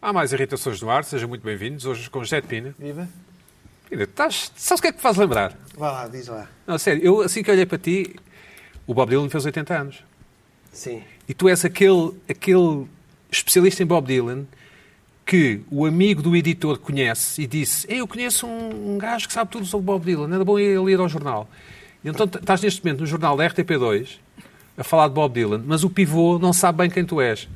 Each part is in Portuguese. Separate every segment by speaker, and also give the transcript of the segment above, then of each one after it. Speaker 1: Há mais irritações no ar, sejam muito bem-vindos. Hoje com José de Pina.
Speaker 2: Viva?
Speaker 1: Pina, estás... sabes o que é que me faz lembrar?
Speaker 2: Vá lá, diz lá.
Speaker 1: Não, sério, eu assim que olhei para ti, o Bob Dylan fez 80 anos.
Speaker 2: Sim.
Speaker 1: E tu és aquele, aquele especialista em Bob Dylan que o amigo do editor conhece e disse: "Ei, Eu conheço um, um gajo que sabe tudo sobre Bob Dylan, era bom ele ir ao jornal. E então t- estás neste momento no jornal da RTP2 a falar de Bob Dylan, mas o pivô não sabe bem quem tu és.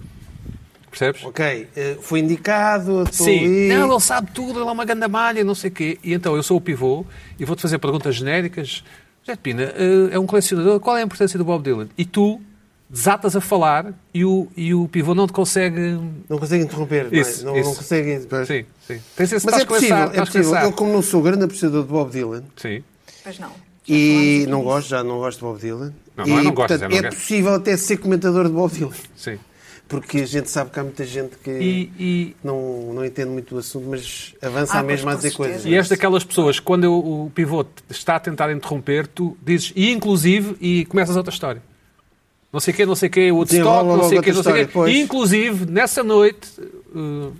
Speaker 1: Percebes?
Speaker 2: Ok, eh, fui indicado, estou
Speaker 1: Sim,
Speaker 2: ali.
Speaker 1: não, ele sabe tudo, ele é uma grande malha, não sei o quê. E então eu sou o pivô e vou-te fazer perguntas genéricas. José de Pina, eh, é um colecionador, qual é a importância do Bob Dylan? E tu desatas a falar e o, e o pivô não te consegue.
Speaker 2: Não consegue interromper, não é?
Speaker 1: Isso,
Speaker 2: não,
Speaker 1: isso.
Speaker 2: não consegue. pois.
Speaker 1: Sim, sim. Tens esse
Speaker 2: É.
Speaker 1: estás
Speaker 2: Mas é possível,
Speaker 1: começado,
Speaker 2: é
Speaker 1: estás
Speaker 2: possível.
Speaker 1: começado.
Speaker 2: Eu, como não sou grande apreciador de Bob Dylan,
Speaker 1: Sim.
Speaker 3: Pois não.
Speaker 2: e não gosto, já não gosto de Bob Dylan,
Speaker 1: Não,
Speaker 2: e,
Speaker 1: não é não gostas,
Speaker 2: portanto,
Speaker 1: é não
Speaker 2: é
Speaker 1: queres.
Speaker 2: possível até ser comentador de Bob Dylan,
Speaker 1: Sim.
Speaker 2: porque a gente sabe que há muita gente que
Speaker 1: E,
Speaker 2: não, não entende muito o assunto, mas avança
Speaker 3: Ah, pois,
Speaker 2: mesmo a
Speaker 3: com
Speaker 2: dizer
Speaker 3: certeza.
Speaker 2: coisas.
Speaker 1: e, e és daquelas pessoas, quando o, o pivô te- está a tentar interromper, tu dizes, e inclusive, e começas outra história. Não sei quê, não sei quê, outro
Speaker 2: Desenrola
Speaker 1: stop, não
Speaker 2: logo
Speaker 1: sei
Speaker 2: outra
Speaker 1: quê, não sei
Speaker 2: história,
Speaker 1: quê.
Speaker 2: pois.
Speaker 1: E inclusive, nessa noite. uh,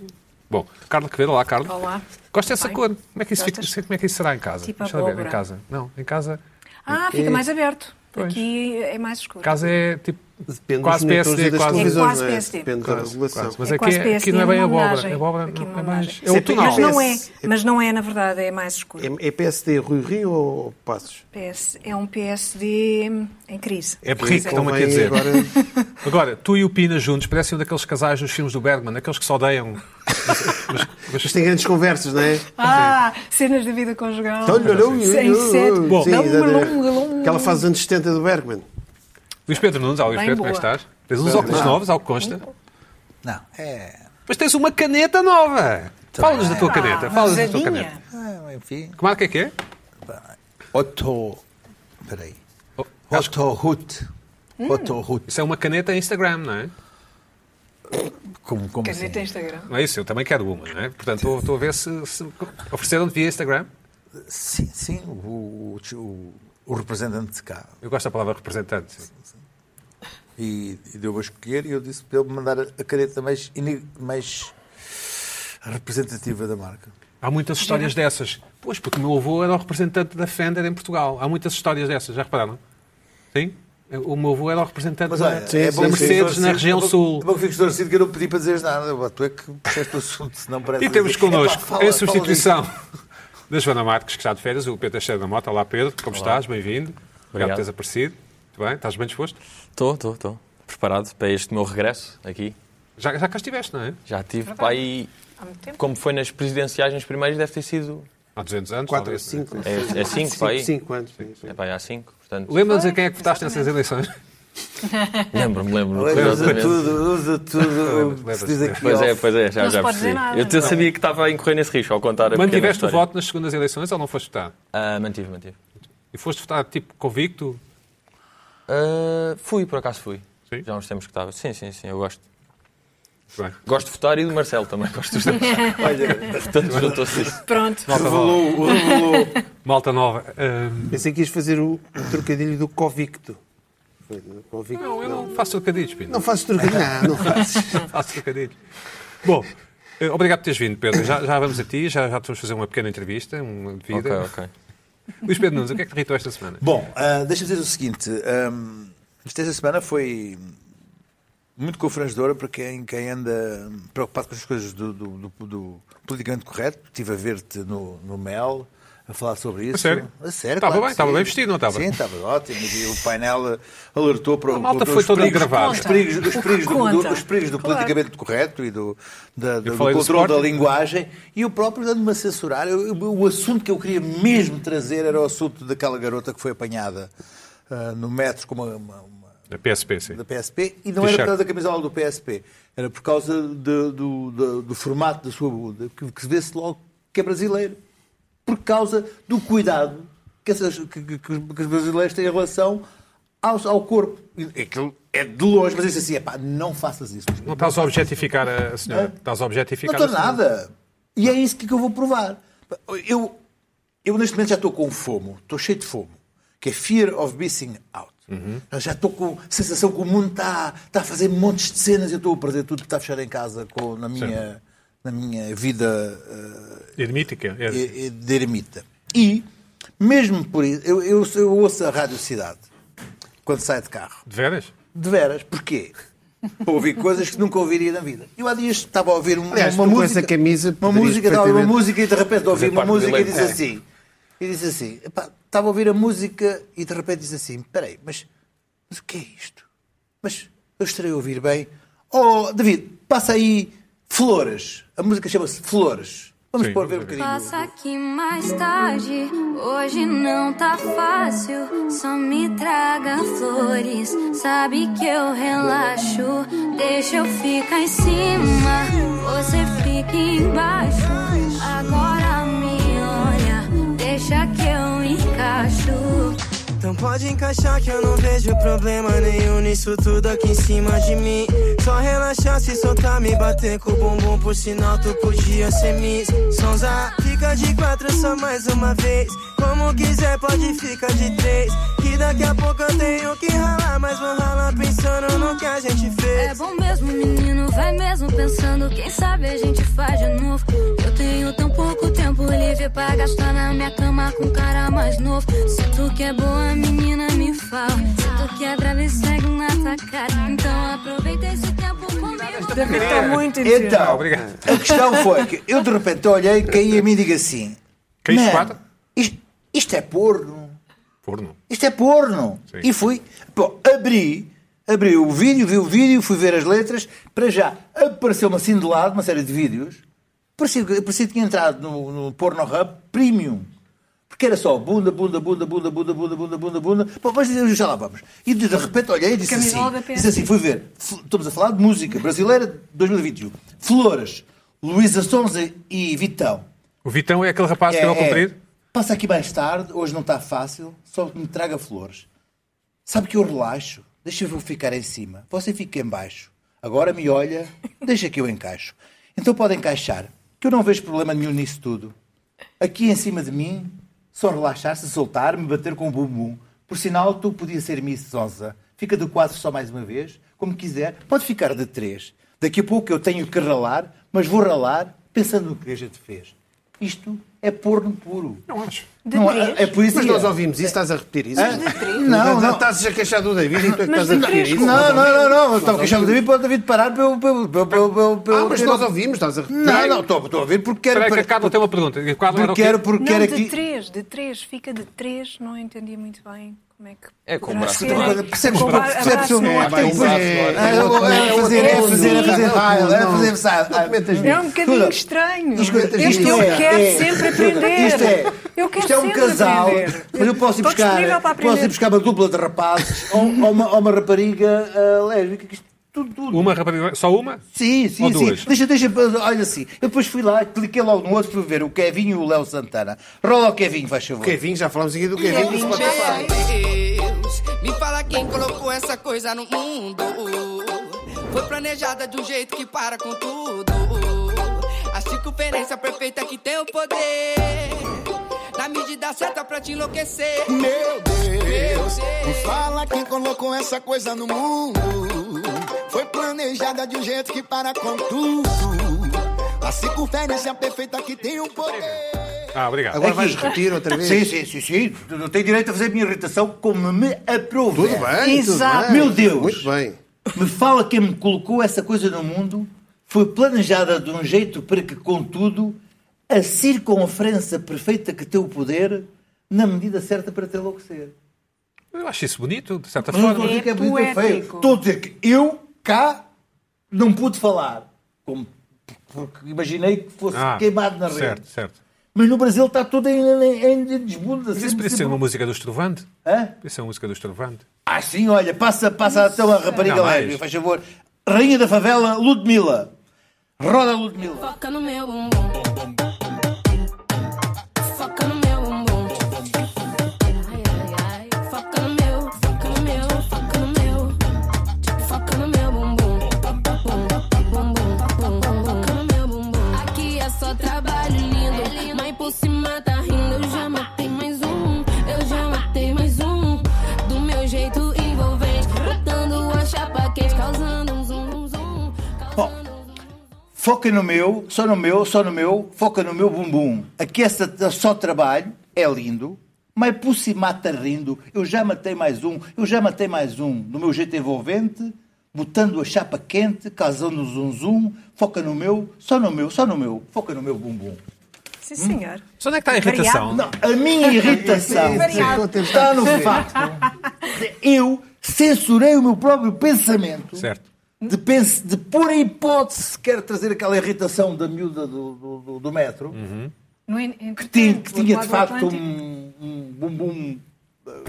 Speaker 1: bom, Carla Quevedo, olá, Carla.
Speaker 3: Olá.
Speaker 1: Gosto dessa
Speaker 3: Bem,
Speaker 1: cor. Como é que isso, fica,
Speaker 3: gostas?
Speaker 1: sei como é que isso será em casa?
Speaker 3: Tipo
Speaker 1: Deixa eu ver, em
Speaker 3: abóbora.
Speaker 1: casa. Não, em casa.
Speaker 3: Ah, fica mais aberto.
Speaker 1: Pois.
Speaker 3: Aqui é mais escuro.
Speaker 1: Casa é tipo.
Speaker 2: Depende
Speaker 1: Quase
Speaker 2: dos monitores
Speaker 1: PSD,
Speaker 2: e das
Speaker 1: quase-
Speaker 2: televisões,
Speaker 3: É quase
Speaker 2: não
Speaker 3: PSD.
Speaker 2: Depende da
Speaker 1: Quase,
Speaker 2: regulação.
Speaker 1: quase. Mas
Speaker 3: É
Speaker 1: aqui,
Speaker 3: quase
Speaker 1: aqui
Speaker 3: PSD,
Speaker 1: não é bem
Speaker 3: uma
Speaker 1: abóbora.
Speaker 3: homenagem.
Speaker 1: É abóbora
Speaker 3: Aqui
Speaker 1: não,
Speaker 3: uma
Speaker 1: é mais.
Speaker 3: homenagem.
Speaker 1: É o
Speaker 2: Sempre-
Speaker 1: túnel.
Speaker 3: Mas não é,
Speaker 2: PS.
Speaker 3: mas não é na verdade, é mais escuro.
Speaker 2: É, é PSD Rui Rio ou Passos?
Speaker 3: PS, é um PSD em crise.
Speaker 1: É berrico, estão-me aqui a
Speaker 2: Convém
Speaker 1: dizer.
Speaker 2: agora-
Speaker 1: Agora, tu e o Pina juntos parecem um daqueles casais nos filmes do Bergman, aqueles que se odeiam. Mas- mas-
Speaker 2: Mas tem grandes conversas, não é?
Speaker 3: Ah, cenas da vida conjugal.
Speaker 2: Então,
Speaker 3: Sem sete.
Speaker 2: Sim,
Speaker 3: Bom, um
Speaker 2: exatamente.
Speaker 3: longo, longo, longo.
Speaker 2: Aquela fase dos anos 70 do Bergman.
Speaker 1: Luís Pedro Nunes, olá, Luís
Speaker 3: Bem
Speaker 1: Pedro, como é que
Speaker 3: boa.
Speaker 1: estás? Tens uns óculos novos, ao que consta.
Speaker 4: Não, é.
Speaker 1: Mas tens uma caneta nova. Fala-nos da tua
Speaker 3: Ah,
Speaker 1: caneta. Fala-nos da tua caneta.
Speaker 4: ah, Enfim.
Speaker 1: Que marca é que é?
Speaker 4: Otto. Peraí.
Speaker 1: Oh, acho que
Speaker 4: Otto Hut. Otto Hut.
Speaker 1: isso é uma caneta Instagram, não é?
Speaker 4: Como, como assim?
Speaker 3: Caneta Instagram.
Speaker 1: Não é isso, eu também quero uma, não é? Portanto, estou- estou a ver se, se ofereceram-te via Instagram.
Speaker 4: Sim, sim. O, o, o representante de cá.
Speaker 1: Eu gosto da palavra representante.
Speaker 4: E, e deu-me a escolher e eu disse para ele me mandar a caneta mais, ini- mais representativa da marca.
Speaker 1: Há muitas histórias dessas. Pois, porque o meu avô era o representante da Fender em Portugal. Há muitas histórias dessas, já repararam? Sim? O meu avô era o representante da,
Speaker 2: sim,
Speaker 1: da
Speaker 2: bom que
Speaker 1: Mercedes na região
Speaker 4: É
Speaker 1: sul.
Speaker 4: bom que fico estorcido que eu não pedi para dizeres nada. Eu, pá, Tu é que puxaste o assunto, senão parece.
Speaker 1: E temos
Speaker 4: Epá, fala-
Speaker 1: connosco,
Speaker 4: fala
Speaker 1: em
Speaker 4: disso.
Speaker 1: substituição da Joana Marques, que está de férias, o Pedro Teixeira da Mota. Olá, Pedro, como estás? Bem-vindo. Obrigado por
Speaker 5: Obrigado.
Speaker 1: teres aparecido. Muito bem, estás bem disposto?
Speaker 5: Estou, estou, estou. Preparado para este meu regresso aqui.
Speaker 1: Já, já cá estiveste, não é?
Speaker 5: Já tive pá, e
Speaker 3: Há muito tempo.
Speaker 5: como foi nas presidenciais, nas primeiras, deve ter sido.
Speaker 1: Há 200 anos,
Speaker 2: 4 ou
Speaker 1: talvez, não
Speaker 2: 5.
Speaker 5: É, é cinco, pá, aí.
Speaker 2: 5 anos. sim, sim.
Speaker 5: É pá, há cinco, portanto.
Speaker 1: é? Lembra-nos a quem é que votaste nessas eleições?
Speaker 5: Lembro-me, lembro-me.
Speaker 4: Usa
Speaker 5: perfeitamente.
Speaker 4: tudo, usa tudo. o que se diz aqui.
Speaker 5: Pois é,
Speaker 4: off.
Speaker 5: pois é, já,
Speaker 3: Não se
Speaker 5: já
Speaker 3: pode dizer
Speaker 5: percebi.
Speaker 3: nada,
Speaker 5: eu, eu
Speaker 3: não é?
Speaker 5: sabia que estava a incorrer nesse risco ao contar a pequena
Speaker 1: Mantiveste o
Speaker 5: história.
Speaker 1: voto nas segundas eleições ou não foste votar?
Speaker 5: Ah, mantive, mantive.
Speaker 1: E foste votar, tipo, convicto?
Speaker 5: Ah, fui, por acaso fui.
Speaker 1: Sim?
Speaker 5: Já há uns tempos que estava. Sim, sim, sim, eu gosto.
Speaker 1: Muito bem.
Speaker 5: Gosto de votar e do Marcelo também, gosto dos dois. Portanto, juntou-se isso.
Speaker 3: Pronto.
Speaker 4: Revelou, revelou.
Speaker 1: Malta nova. hum,
Speaker 2: Pensei que ias fazer o, o trocadilho do Covicto. Foi, não, Covicto.
Speaker 1: não, eu
Speaker 2: não.
Speaker 1: não faço trocadilhos, Pino.
Speaker 2: Não fazes trocadilho. Não, não fazes.
Speaker 1: Não faço trocadilhos. Bom, eh, obrigado por teres vindo, Pedro. Já, já vamos a ti, já, já te vamos fazer uma pequena entrevista, uma de
Speaker 5: Ok,
Speaker 1: vida.
Speaker 5: ok.
Speaker 1: Luís Pedro Nunes, o que é que te irritou esta semana?
Speaker 4: Bom, ah, deixa-me dizer o seguinte. ahm, isto esta semana foi muito confrangedora para quem, quem anda preocupado com as coisas do, do- do- do politicamente correto. Estive a ver-te no, no Mel a falar sobre isso.
Speaker 1: sério?
Speaker 4: A sério,
Speaker 1: Estava
Speaker 4: claro
Speaker 1: bem,
Speaker 4: que
Speaker 1: estava
Speaker 4: sim.
Speaker 1: bem vestido, não estava?
Speaker 4: Sim, estava ótimo. E o painel alertou para, o-
Speaker 1: A malta
Speaker 4: para
Speaker 1: foi
Speaker 4: os
Speaker 1: toda
Speaker 4: perigos,
Speaker 1: engravada.
Speaker 4: os perigos, os
Speaker 3: O que
Speaker 4: perigos do,
Speaker 3: conta.
Speaker 4: do- os perigos do
Speaker 3: Claro.
Speaker 4: politicamente correto e do, da- do
Speaker 1: falei do
Speaker 4: controle da
Speaker 1: Sporting.
Speaker 4: linguagem e eu próprio dando-me a censurar. Eu- eu- o assunto que eu queria mesmo trazer era o assunto daquela garota que foi apanhada ah, no metro com uma, uma- uma-
Speaker 1: Da PSP, sim.
Speaker 4: da PSP e não era por
Speaker 1: T-shirt.
Speaker 4: causa da camisola do PSP, era por causa de- do, do- do formato da sua bunda, que, que se vê-se logo que é brasileiro. Por causa do cuidado que, essas- que- que- que os- que os brasileiros têm em relação ao, ao corpo. E Aquilo é de longe, mas eu disse assim: "Epá, não faças isso. Luís
Speaker 1: Não estás a objetificar a a senhora?
Speaker 4: Hã?
Speaker 1: Estás a objetificar
Speaker 4: É. não
Speaker 1: a
Speaker 4: estou
Speaker 1: senhora?
Speaker 4: nada. E é isso que eu vou provar. Eu, eu neste momento já estou com fomo, estou cheio de fomo, que é fear of missing out. Eu já estou com a sensação que o mundo está, está a fazer montes de cenas e eu estou a perder tudo que está a fechar em casa com, na minha na minha vida
Speaker 1: Ermítica.
Speaker 4: eh, eh, de ermita. E, mesmo por isso, eu, eu- eu ouço a Rádio Cidade quando saio de carro.
Speaker 1: De veras?
Speaker 4: De veras, porquê? Para ouvir coisas que nunca ouviria na vida. Eu há dias estava a ouvir uma,
Speaker 2: Aliás,
Speaker 4: uma
Speaker 2: tu com
Speaker 4: música.
Speaker 2: essa camisa
Speaker 4: uma
Speaker 2: poderias
Speaker 4: música, estava a ouvir uma música e de repente ouvi
Speaker 5: Fazer
Speaker 4: uma
Speaker 5: parte do
Speaker 4: música e
Speaker 5: elenco.
Speaker 4: disse assim. E disse assim. "Epá, Estava a ouvir a música e de repente disse assim: peraí, mas, mas o que é isto? Mas eu estarei a ouvir bem. Oh, David, passa aí Flores. A música chama-se Flores. Vamos
Speaker 1: Sim,
Speaker 4: pôr ver um
Speaker 1: vamos ver.
Speaker 4: bocadinho.
Speaker 6: Passa aqui mais tarde, hoje não tá fácil. Só me traga flores, sabe que eu relaxo. Deixa eu ficar em cima, você fica embaixo. Agora me olha, deixa que eu encaixo.
Speaker 7: Então pode encaixar que eu não vejo problema nenhum nisso tudo aqui em cima de mim. Só relaxar, se soltar, me bater com o bumbum, por sinal tu podia ser miss. Sonza, fica de quatro só mais uma vez. Como quiser, pode ficar de três. Que daqui a pouco eu tenho que ralar, mas vou ralar pensando no que a gente fez.
Speaker 6: É bom mesmo, menino, vai mesmo pensando. Quem sabe a gente faz de novo. Eu tenho tão pouco tempo livre pra gastar na minha cama com um cara mais novo. Se tu que é boa, menina, me fala. Se tu que é brava, e segue na tua cara. Então aproveita esse tempo comigo.
Speaker 3: David está muito entusiasmado.
Speaker 4: Então,
Speaker 1: Obrigado.
Speaker 4: a questão foi que eu de repente olhei, caí a mim e digo assim:
Speaker 1: Caíste
Speaker 4: "Man,
Speaker 1: quatro?
Speaker 4: Isto, isto é porno.
Speaker 1: Porno.
Speaker 4: Isto é porno.
Speaker 1: Sim.
Speaker 4: E fui. Pô, abri, abri o vídeo, vi o vídeo, fui ver as letras. Para já apareceu-me assim de lado uma série de vídeos. Parecia, que- parecia que tinha entrado no, no Pornhub Premium. Porque era só bunda, bunda, bunda, bunda, bunda, bunda, bunda, bunda, bunda. Pô, mas já lá vamos. E de de repente olhei e disse assim,
Speaker 3: Camisola da PSP.
Speaker 4: disse assim, fui ver. F- Estamos a falar de música brasileira de 2021. Flores, Luísa Sonza e Vitão.
Speaker 1: O Vitão é aquele rapaz que
Speaker 4: É,
Speaker 1: vai
Speaker 4: é.
Speaker 1: cumprir?
Speaker 4: Passa aqui mais tarde, hoje não está fácil, só que me traga flores. Sabe que eu relaxo, deixa eu ficar em cima, você fica em baixo. Agora me olha, deixa que eu encaixo. Então pode encaixar, que eu não vejo problema nenhum nisso tudo. Aqui em cima de mim, só relaxar-se, soltar, me bater com o bumbum. Por sinal, tu podia ser Miss Sonza. Fica do quadro só mais uma vez, como quiser. Pode ficar de três. Daqui a pouco eu tenho que ralar, mas vou ralar pensando no que a gente fez. Isto é porno puro.
Speaker 1: Não acho.
Speaker 3: De
Speaker 4: Não,
Speaker 3: três?
Speaker 4: é, é poesia.
Speaker 2: Mas nós ouvimos isso, estás a repetir isso?
Speaker 4: Hã? Não, não.
Speaker 2: Estás a queixar do David e tu é que
Speaker 3: Mas
Speaker 2: estás a
Speaker 3: de
Speaker 2: repetir
Speaker 3: três
Speaker 2: isso?
Speaker 4: Não, Então, não, não, não. Estava queixando o David para o David parar pelo. pelo, pelo, pelo, pelo,
Speaker 2: Ah,
Speaker 4: pelo
Speaker 2: mas nós ouvimos, estás a repetir.
Speaker 4: Não, não, estou estou a ouvir porque quero.
Speaker 1: Espera aí que a
Speaker 4: para-
Speaker 1: Carla tem uma pergunta. A Carla era o
Speaker 4: Porque
Speaker 1: quê?
Speaker 4: quero, porque
Speaker 3: Não,
Speaker 4: quero
Speaker 3: de
Speaker 4: aqui.
Speaker 3: três, de três, fica de três, não entendi muito bem como é que.
Speaker 5: É com o
Speaker 3: poderá
Speaker 5: braço
Speaker 3: ser.
Speaker 5: também.
Speaker 4: Percebes? é
Speaker 3: Com o bra-
Speaker 4: Percebes
Speaker 3: abraço
Speaker 4: o
Speaker 3: no
Speaker 4: meu
Speaker 3: ar.
Speaker 2: vai,
Speaker 4: tempo?
Speaker 2: vai,
Speaker 4: É é fazer, é fazer, é fazer raio, é fazer side.
Speaker 2: Não comentas
Speaker 3: É um
Speaker 2: nisso.
Speaker 3: bocadinho estranho.
Speaker 4: Isto é-
Speaker 3: Este eu
Speaker 4: é-
Speaker 3: quero
Speaker 4: é-
Speaker 3: sempre aprender.
Speaker 4: Isto é,
Speaker 3: Eu quero
Speaker 4: isto é um
Speaker 3: sempre
Speaker 4: casal,
Speaker 3: aprender.
Speaker 4: mas eu posso ir
Speaker 3: Estou
Speaker 4: buscar,
Speaker 3: disponível para aprender.
Speaker 4: posso ir buscar uma dupla de rapazes ou, ou uma, ou uma rapariga ah, lésbica. que isto- Tudo, tudo.
Speaker 1: Uma rapariga. Só uma?
Speaker 4: Sim, sim,
Speaker 1: Ou
Speaker 4: sim.
Speaker 1: duas?
Speaker 4: Deixa, deixa, olha assim. Eu depois fui lá, cliquei logo no outro para ver o Kevin e o Léo Santana. Rola o Kevin, faz favor.
Speaker 2: O Kevin, já falámos aqui do Kevin. do Spotify.
Speaker 8: Deus, me fala quem colocou essa coisa no mundo. Foi planejada de um jeito que para com tudo. A circunferência perfeita que tem o poder. Na medida certa pra te enlouquecer.
Speaker 9: Meu Deus,
Speaker 8: Meu
Speaker 9: me
Speaker 8: Deus.
Speaker 9: fala quem colocou essa coisa no mundo. Foi planejada de um jeito que para com tudo. A circunferência perfeita que tem um poder.
Speaker 1: Ah, obrigado.
Speaker 2: Agora vais repetir outra vez.
Speaker 4: Sim, sim, sim, sim. Eu tenho direito a fazer a minha irritação como me aprove.
Speaker 2: Tudo bem,
Speaker 3: Exato.
Speaker 2: tudo bem.
Speaker 4: Meu Deus.
Speaker 2: Muito bem.
Speaker 4: Me fala quem me colocou essa coisa no mundo. Foi planejada de um jeito para que, contudo, a circunferência perfeita que tem o poder, na medida certa para te enlouquecer.
Speaker 1: Eu acho isso bonito, de certa
Speaker 4: Mas eu não estou a
Speaker 1: forma.
Speaker 4: dizer que é bonito ou feio.
Speaker 3: poético.
Speaker 4: Estou a dizer que eu, cá, não pude falar. Como- porque imaginei que fosse
Speaker 1: Ah,
Speaker 4: queimado na rede.
Speaker 1: Certo, certo.
Speaker 4: Mas no Brasil está tudo em, em, em desbunda.
Speaker 1: Mas isso
Speaker 4: sempre-
Speaker 1: podia ser uma música do Estrovante.
Speaker 4: Hã?
Speaker 1: Podia ser uma música do Estrovante.
Speaker 4: Ah, sim, olha, passa, passa então a rapariga
Speaker 1: Não, mais.
Speaker 4: lésbica, faz favor. Rainha da favela, Ludmilla. Roda Ludmilla.
Speaker 6: Foca no meu bumbum. Foca no meu bumbum. Ai, ai, ai. Foca no meu, foca no meu, foca no meu. Foca no meu bumbum. Bum, bum, bum, bum, bum. Foca no meu bumbum. Aqui é só trabalho lindo. Mãe por cima tá rindo. Eu já matei mais um. Eu já matei mais um. Do meu jeito envolvente. Botando a chapa quente. Causando um zoom, zoom.
Speaker 4: Bom,
Speaker 6: Causando um zoom.
Speaker 4: Foca no meu, só no meu, só no meu, foca no meu bumbum. Aqueça-te a só trabalho, é lindo. Mas por se mata rindo, eu já matei mais um, eu já matei mais um, do meu jeito envolvente, botando a chapa quente, causando um zum zum, foca no meu, só no meu, só no meu, foca no meu bumbum. Hum?
Speaker 3: Sim, senhor.
Speaker 1: Só onde é que está a irritação?
Speaker 4: Não, a minha irritação
Speaker 3: Variado.
Speaker 4: está no facto de eu censurei o meu próprio pensamento
Speaker 1: Certo.
Speaker 4: de, pens- de pôr em hipótese quer trazer aquela irritação da miúda do, do, do- do metro
Speaker 3: No en- entretanto,
Speaker 4: que tinha, que
Speaker 3: do
Speaker 4: tinha de
Speaker 3: outro lado do
Speaker 4: facto
Speaker 3: Atlântico.
Speaker 4: um, um bumbum. eh,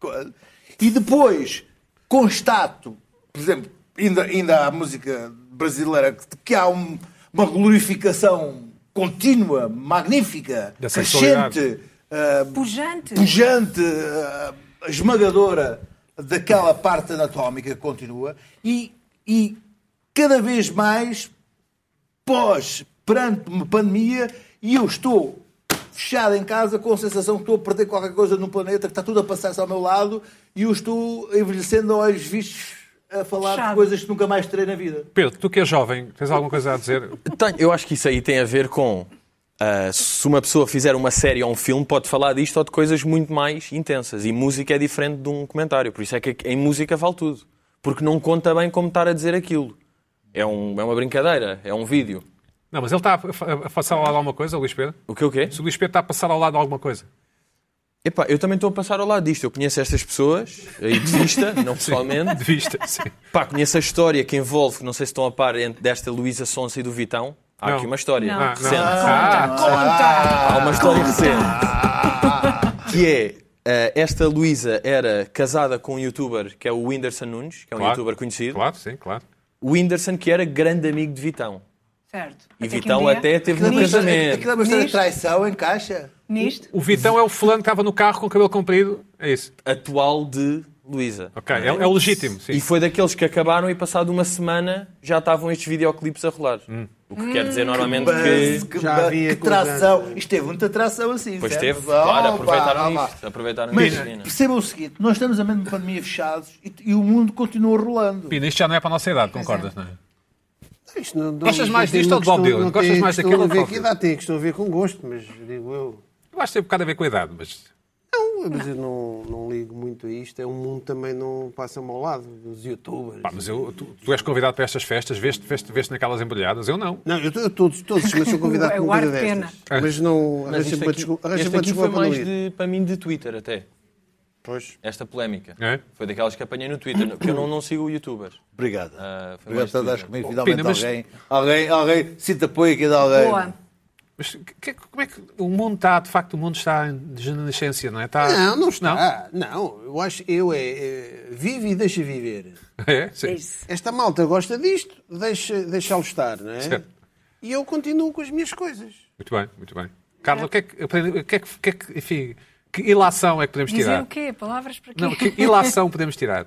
Speaker 4: co- E depois constato, por exemplo, ainda, ainda há música brasileira que, que há um- uma glorificação contínua, magnífica,
Speaker 1: Da
Speaker 4: crescente, eh,
Speaker 3: Pujante.
Speaker 4: pujante, eh, esmagadora daquela parte anatómica que continua e, e cada vez mais pós, perante uma pandemia e eu estou fechado em casa com a sensação que estou a perder qualquer coisa no planeta, que está tudo a passar-se ao meu lado e eu estou envelhecendo a olhos vistos a falar de
Speaker 3: Fechado.
Speaker 4: coisas que nunca mais terei na vida.
Speaker 1: Pedro, tu que és jovem, tens alguma coisa a dizer?
Speaker 5: Tenho- eu acho que isso aí tem a ver com ah, se uma pessoa fizer uma série ou um filme, pode falar disto ou de coisas muito mais intensas. E música é diferente de um comentário. Por isso é que em música vale tudo. Porque não conta bem como estar a dizer aquilo. É, um- é uma brincadeira, é um vídeo.
Speaker 1: Não, mas ele está a fa- a passar ao lado alguma coisa, Luís Pedro?
Speaker 5: O que o quê?
Speaker 1: Se o Luís Pedro está a passar ao lado de alguma coisa.
Speaker 5: Epá, eu também estou a passar ao lado disto. Eu conheço estas pessoas, aí de vista, não pessoalmente.
Speaker 1: De vista, sim.
Speaker 5: Pá, conheço a história que envolve, não sei se estão a par, entre- desta Luísa Sonsa e do Vitão. Há
Speaker 1: Não.
Speaker 5: aqui uma história
Speaker 1: Ah,
Speaker 5: recente.
Speaker 1: não. Ah,
Speaker 5: Há uma história recente. Que é, eh, esta Luísa era casada com um youtuber que é o Whindersson Nunes, que é um
Speaker 1: Claro.
Speaker 5: youtuber conhecido.
Speaker 1: claro, sim, claro.
Speaker 5: O Whindersson que era grande amigo de Vitão.
Speaker 3: Certo.
Speaker 5: E
Speaker 3: Até que um
Speaker 5: Vitão
Speaker 3: dia,
Speaker 5: até teve um
Speaker 4: Aquilo é uma história-
Speaker 5: casamento.
Speaker 4: aquilo é uma história de
Speaker 3: Nisto.
Speaker 4: traição, encaixa?
Speaker 3: Nisto.
Speaker 1: O Vitão é o fulano que estava no carro com o cabelo comprido. É isso.
Speaker 5: Atual de Luísa.
Speaker 1: Ok, é, é o legítimo, sim.
Speaker 5: E foi daqueles que acabaram e passado uma semana já estavam estes videoclipes a rolar.
Speaker 1: Hum.
Speaker 5: O que quer dizer normalmente
Speaker 4: Mas
Speaker 5: que...
Speaker 4: que,
Speaker 2: Já
Speaker 4: ba-
Speaker 2: havia
Speaker 4: que
Speaker 2: com os
Speaker 4: tração. Isto teve muita tração assim.
Speaker 5: Pois
Speaker 4: certo?
Speaker 5: teve,
Speaker 4: Ah,
Speaker 5: claro,
Speaker 4: opa,
Speaker 5: aproveitaram
Speaker 4: opa.
Speaker 5: isto. Aproveitaram
Speaker 4: Mas
Speaker 5: isto, Nina.
Speaker 4: percebam o seguinte: nós estamos a meio de pandemia fechados e, e o mundo continua rolando.
Speaker 1: Pina, isto já não é para a nossa idade, concordas, não é?
Speaker 2: Isto não- assim não-
Speaker 1: Gostas
Speaker 2: não
Speaker 1: mais
Speaker 2: tem
Speaker 1: disto ou de
Speaker 2: questão-
Speaker 1: Bob Dylan?
Speaker 2: não
Speaker 1: Gostas
Speaker 2: tem
Speaker 1: mais
Speaker 2: questão
Speaker 1: daquilo
Speaker 2: a
Speaker 1: ou de
Speaker 2: ver
Speaker 1: Bob
Speaker 2: que
Speaker 1: Dylan?
Speaker 2: idade tem questão a ver com gosto, mas digo eu.
Speaker 1: Eu acho que tem um bocado a ver com a idade, mas...
Speaker 2: Não, mas eu não, não ligo muito a isto. É um mundo que também não passa-me ao lado dos youtubers.
Speaker 1: Pá, mas eu, tu, tu és convidado para estas festas, veste, veste, veste naquelas embrulhadas, eu não.
Speaker 2: Não, eu estou todos, todos, mas sou convidado para
Speaker 3: Eu
Speaker 2: uma coisa
Speaker 3: guardo pena.
Speaker 2: destas. Mas não
Speaker 5: Mas isto
Speaker 2: arranja-me uma
Speaker 5: aqui-
Speaker 2: desculpa
Speaker 5: este
Speaker 2: arranja uma
Speaker 5: aqui foi
Speaker 2: desculpa para não
Speaker 5: mais
Speaker 2: ir.
Speaker 5: de, para mim de Twitter até.
Speaker 2: Pois.
Speaker 5: Esta polémica.
Speaker 1: É?
Speaker 5: Foi daquelas que apanhei no Twitter, porque eu não, não sigo o youtuber.
Speaker 4: Obrigado.
Speaker 5: Ah, foi
Speaker 4: Obrigado
Speaker 5: mais
Speaker 4: por estás
Speaker 5: tudo.
Speaker 4: comigo. Finalmente
Speaker 1: Pina, mas-
Speaker 4: alguém, alguém, alguém sinta apoio aqui de alguém.
Speaker 3: Boa.
Speaker 1: Mas que- como é que o mundo está, de facto, o mundo está em degenerescência, não é? Está...
Speaker 2: Não, não está. Não, eu acho, eu é, é vive e deixa viver.
Speaker 1: É, sim.
Speaker 3: Isso.
Speaker 2: Esta malta gosta disto, deixa- deixa-lo estar, não é?
Speaker 1: Certo.
Speaker 2: E eu continuo com as minhas coisas.
Speaker 1: Muito bem, muito bem. Carla, o que é que, aprendi- o que, é que, o que, é que enfim, que ilação é que podemos
Speaker 3: Dizer
Speaker 1: tirar?
Speaker 3: o quê? Palavras para quê?
Speaker 1: Não, que é. ilação podemos tirar?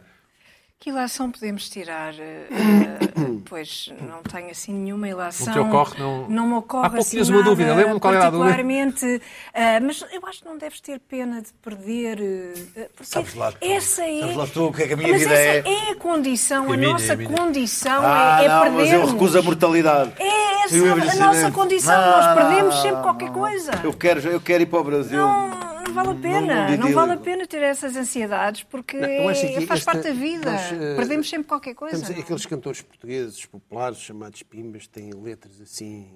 Speaker 3: Que ilação podemos tirar? eh, eh, pois não tenho assim nenhuma ilação.
Speaker 1: Não te ocorre, não-
Speaker 3: me ocorre
Speaker 1: Há pouco
Speaker 3: assim
Speaker 1: tinhas uma
Speaker 3: nada
Speaker 1: dúvida, lembra-me qual era a dúvida?
Speaker 3: Particularmente, eh, mas eu acho que não deves ter pena de perder. eh, eh, porque
Speaker 4: Sabes lá tu.
Speaker 3: essa é.
Speaker 4: Sabes lá tu o que é que a minha
Speaker 3: mas
Speaker 4: vida
Speaker 3: essa
Speaker 4: é.
Speaker 3: é a condição, a
Speaker 1: minha,
Speaker 3: nossa
Speaker 1: é minha.
Speaker 3: condição
Speaker 4: Ah,
Speaker 3: é, é
Speaker 4: não, mas eu
Speaker 3: perdermos.
Speaker 4: recuso a mortalidade.
Speaker 3: É essa
Speaker 4: Eu
Speaker 3: a nossa
Speaker 4: envelhecer.
Speaker 3: condição,
Speaker 4: Não,
Speaker 3: nós
Speaker 4: não,
Speaker 3: perdemos
Speaker 4: não,
Speaker 3: sempre
Speaker 4: não,
Speaker 3: qualquer
Speaker 4: não.
Speaker 3: coisa.
Speaker 4: Eu quero, eu quero ir para o Brasil.
Speaker 3: Não, não vale a pena,
Speaker 4: não digo
Speaker 3: não, vale a
Speaker 4: eu.
Speaker 3: pena ter essas ansiedades porque
Speaker 2: Eu acho que
Speaker 3: faz
Speaker 2: esta-
Speaker 3: parte da vida.
Speaker 2: nós, eh,
Speaker 3: Perdemos sempre qualquer coisa.
Speaker 4: é
Speaker 2: Temos
Speaker 3: não?
Speaker 2: aqueles cantores portugueses populares chamados pimbas que têm letras assim,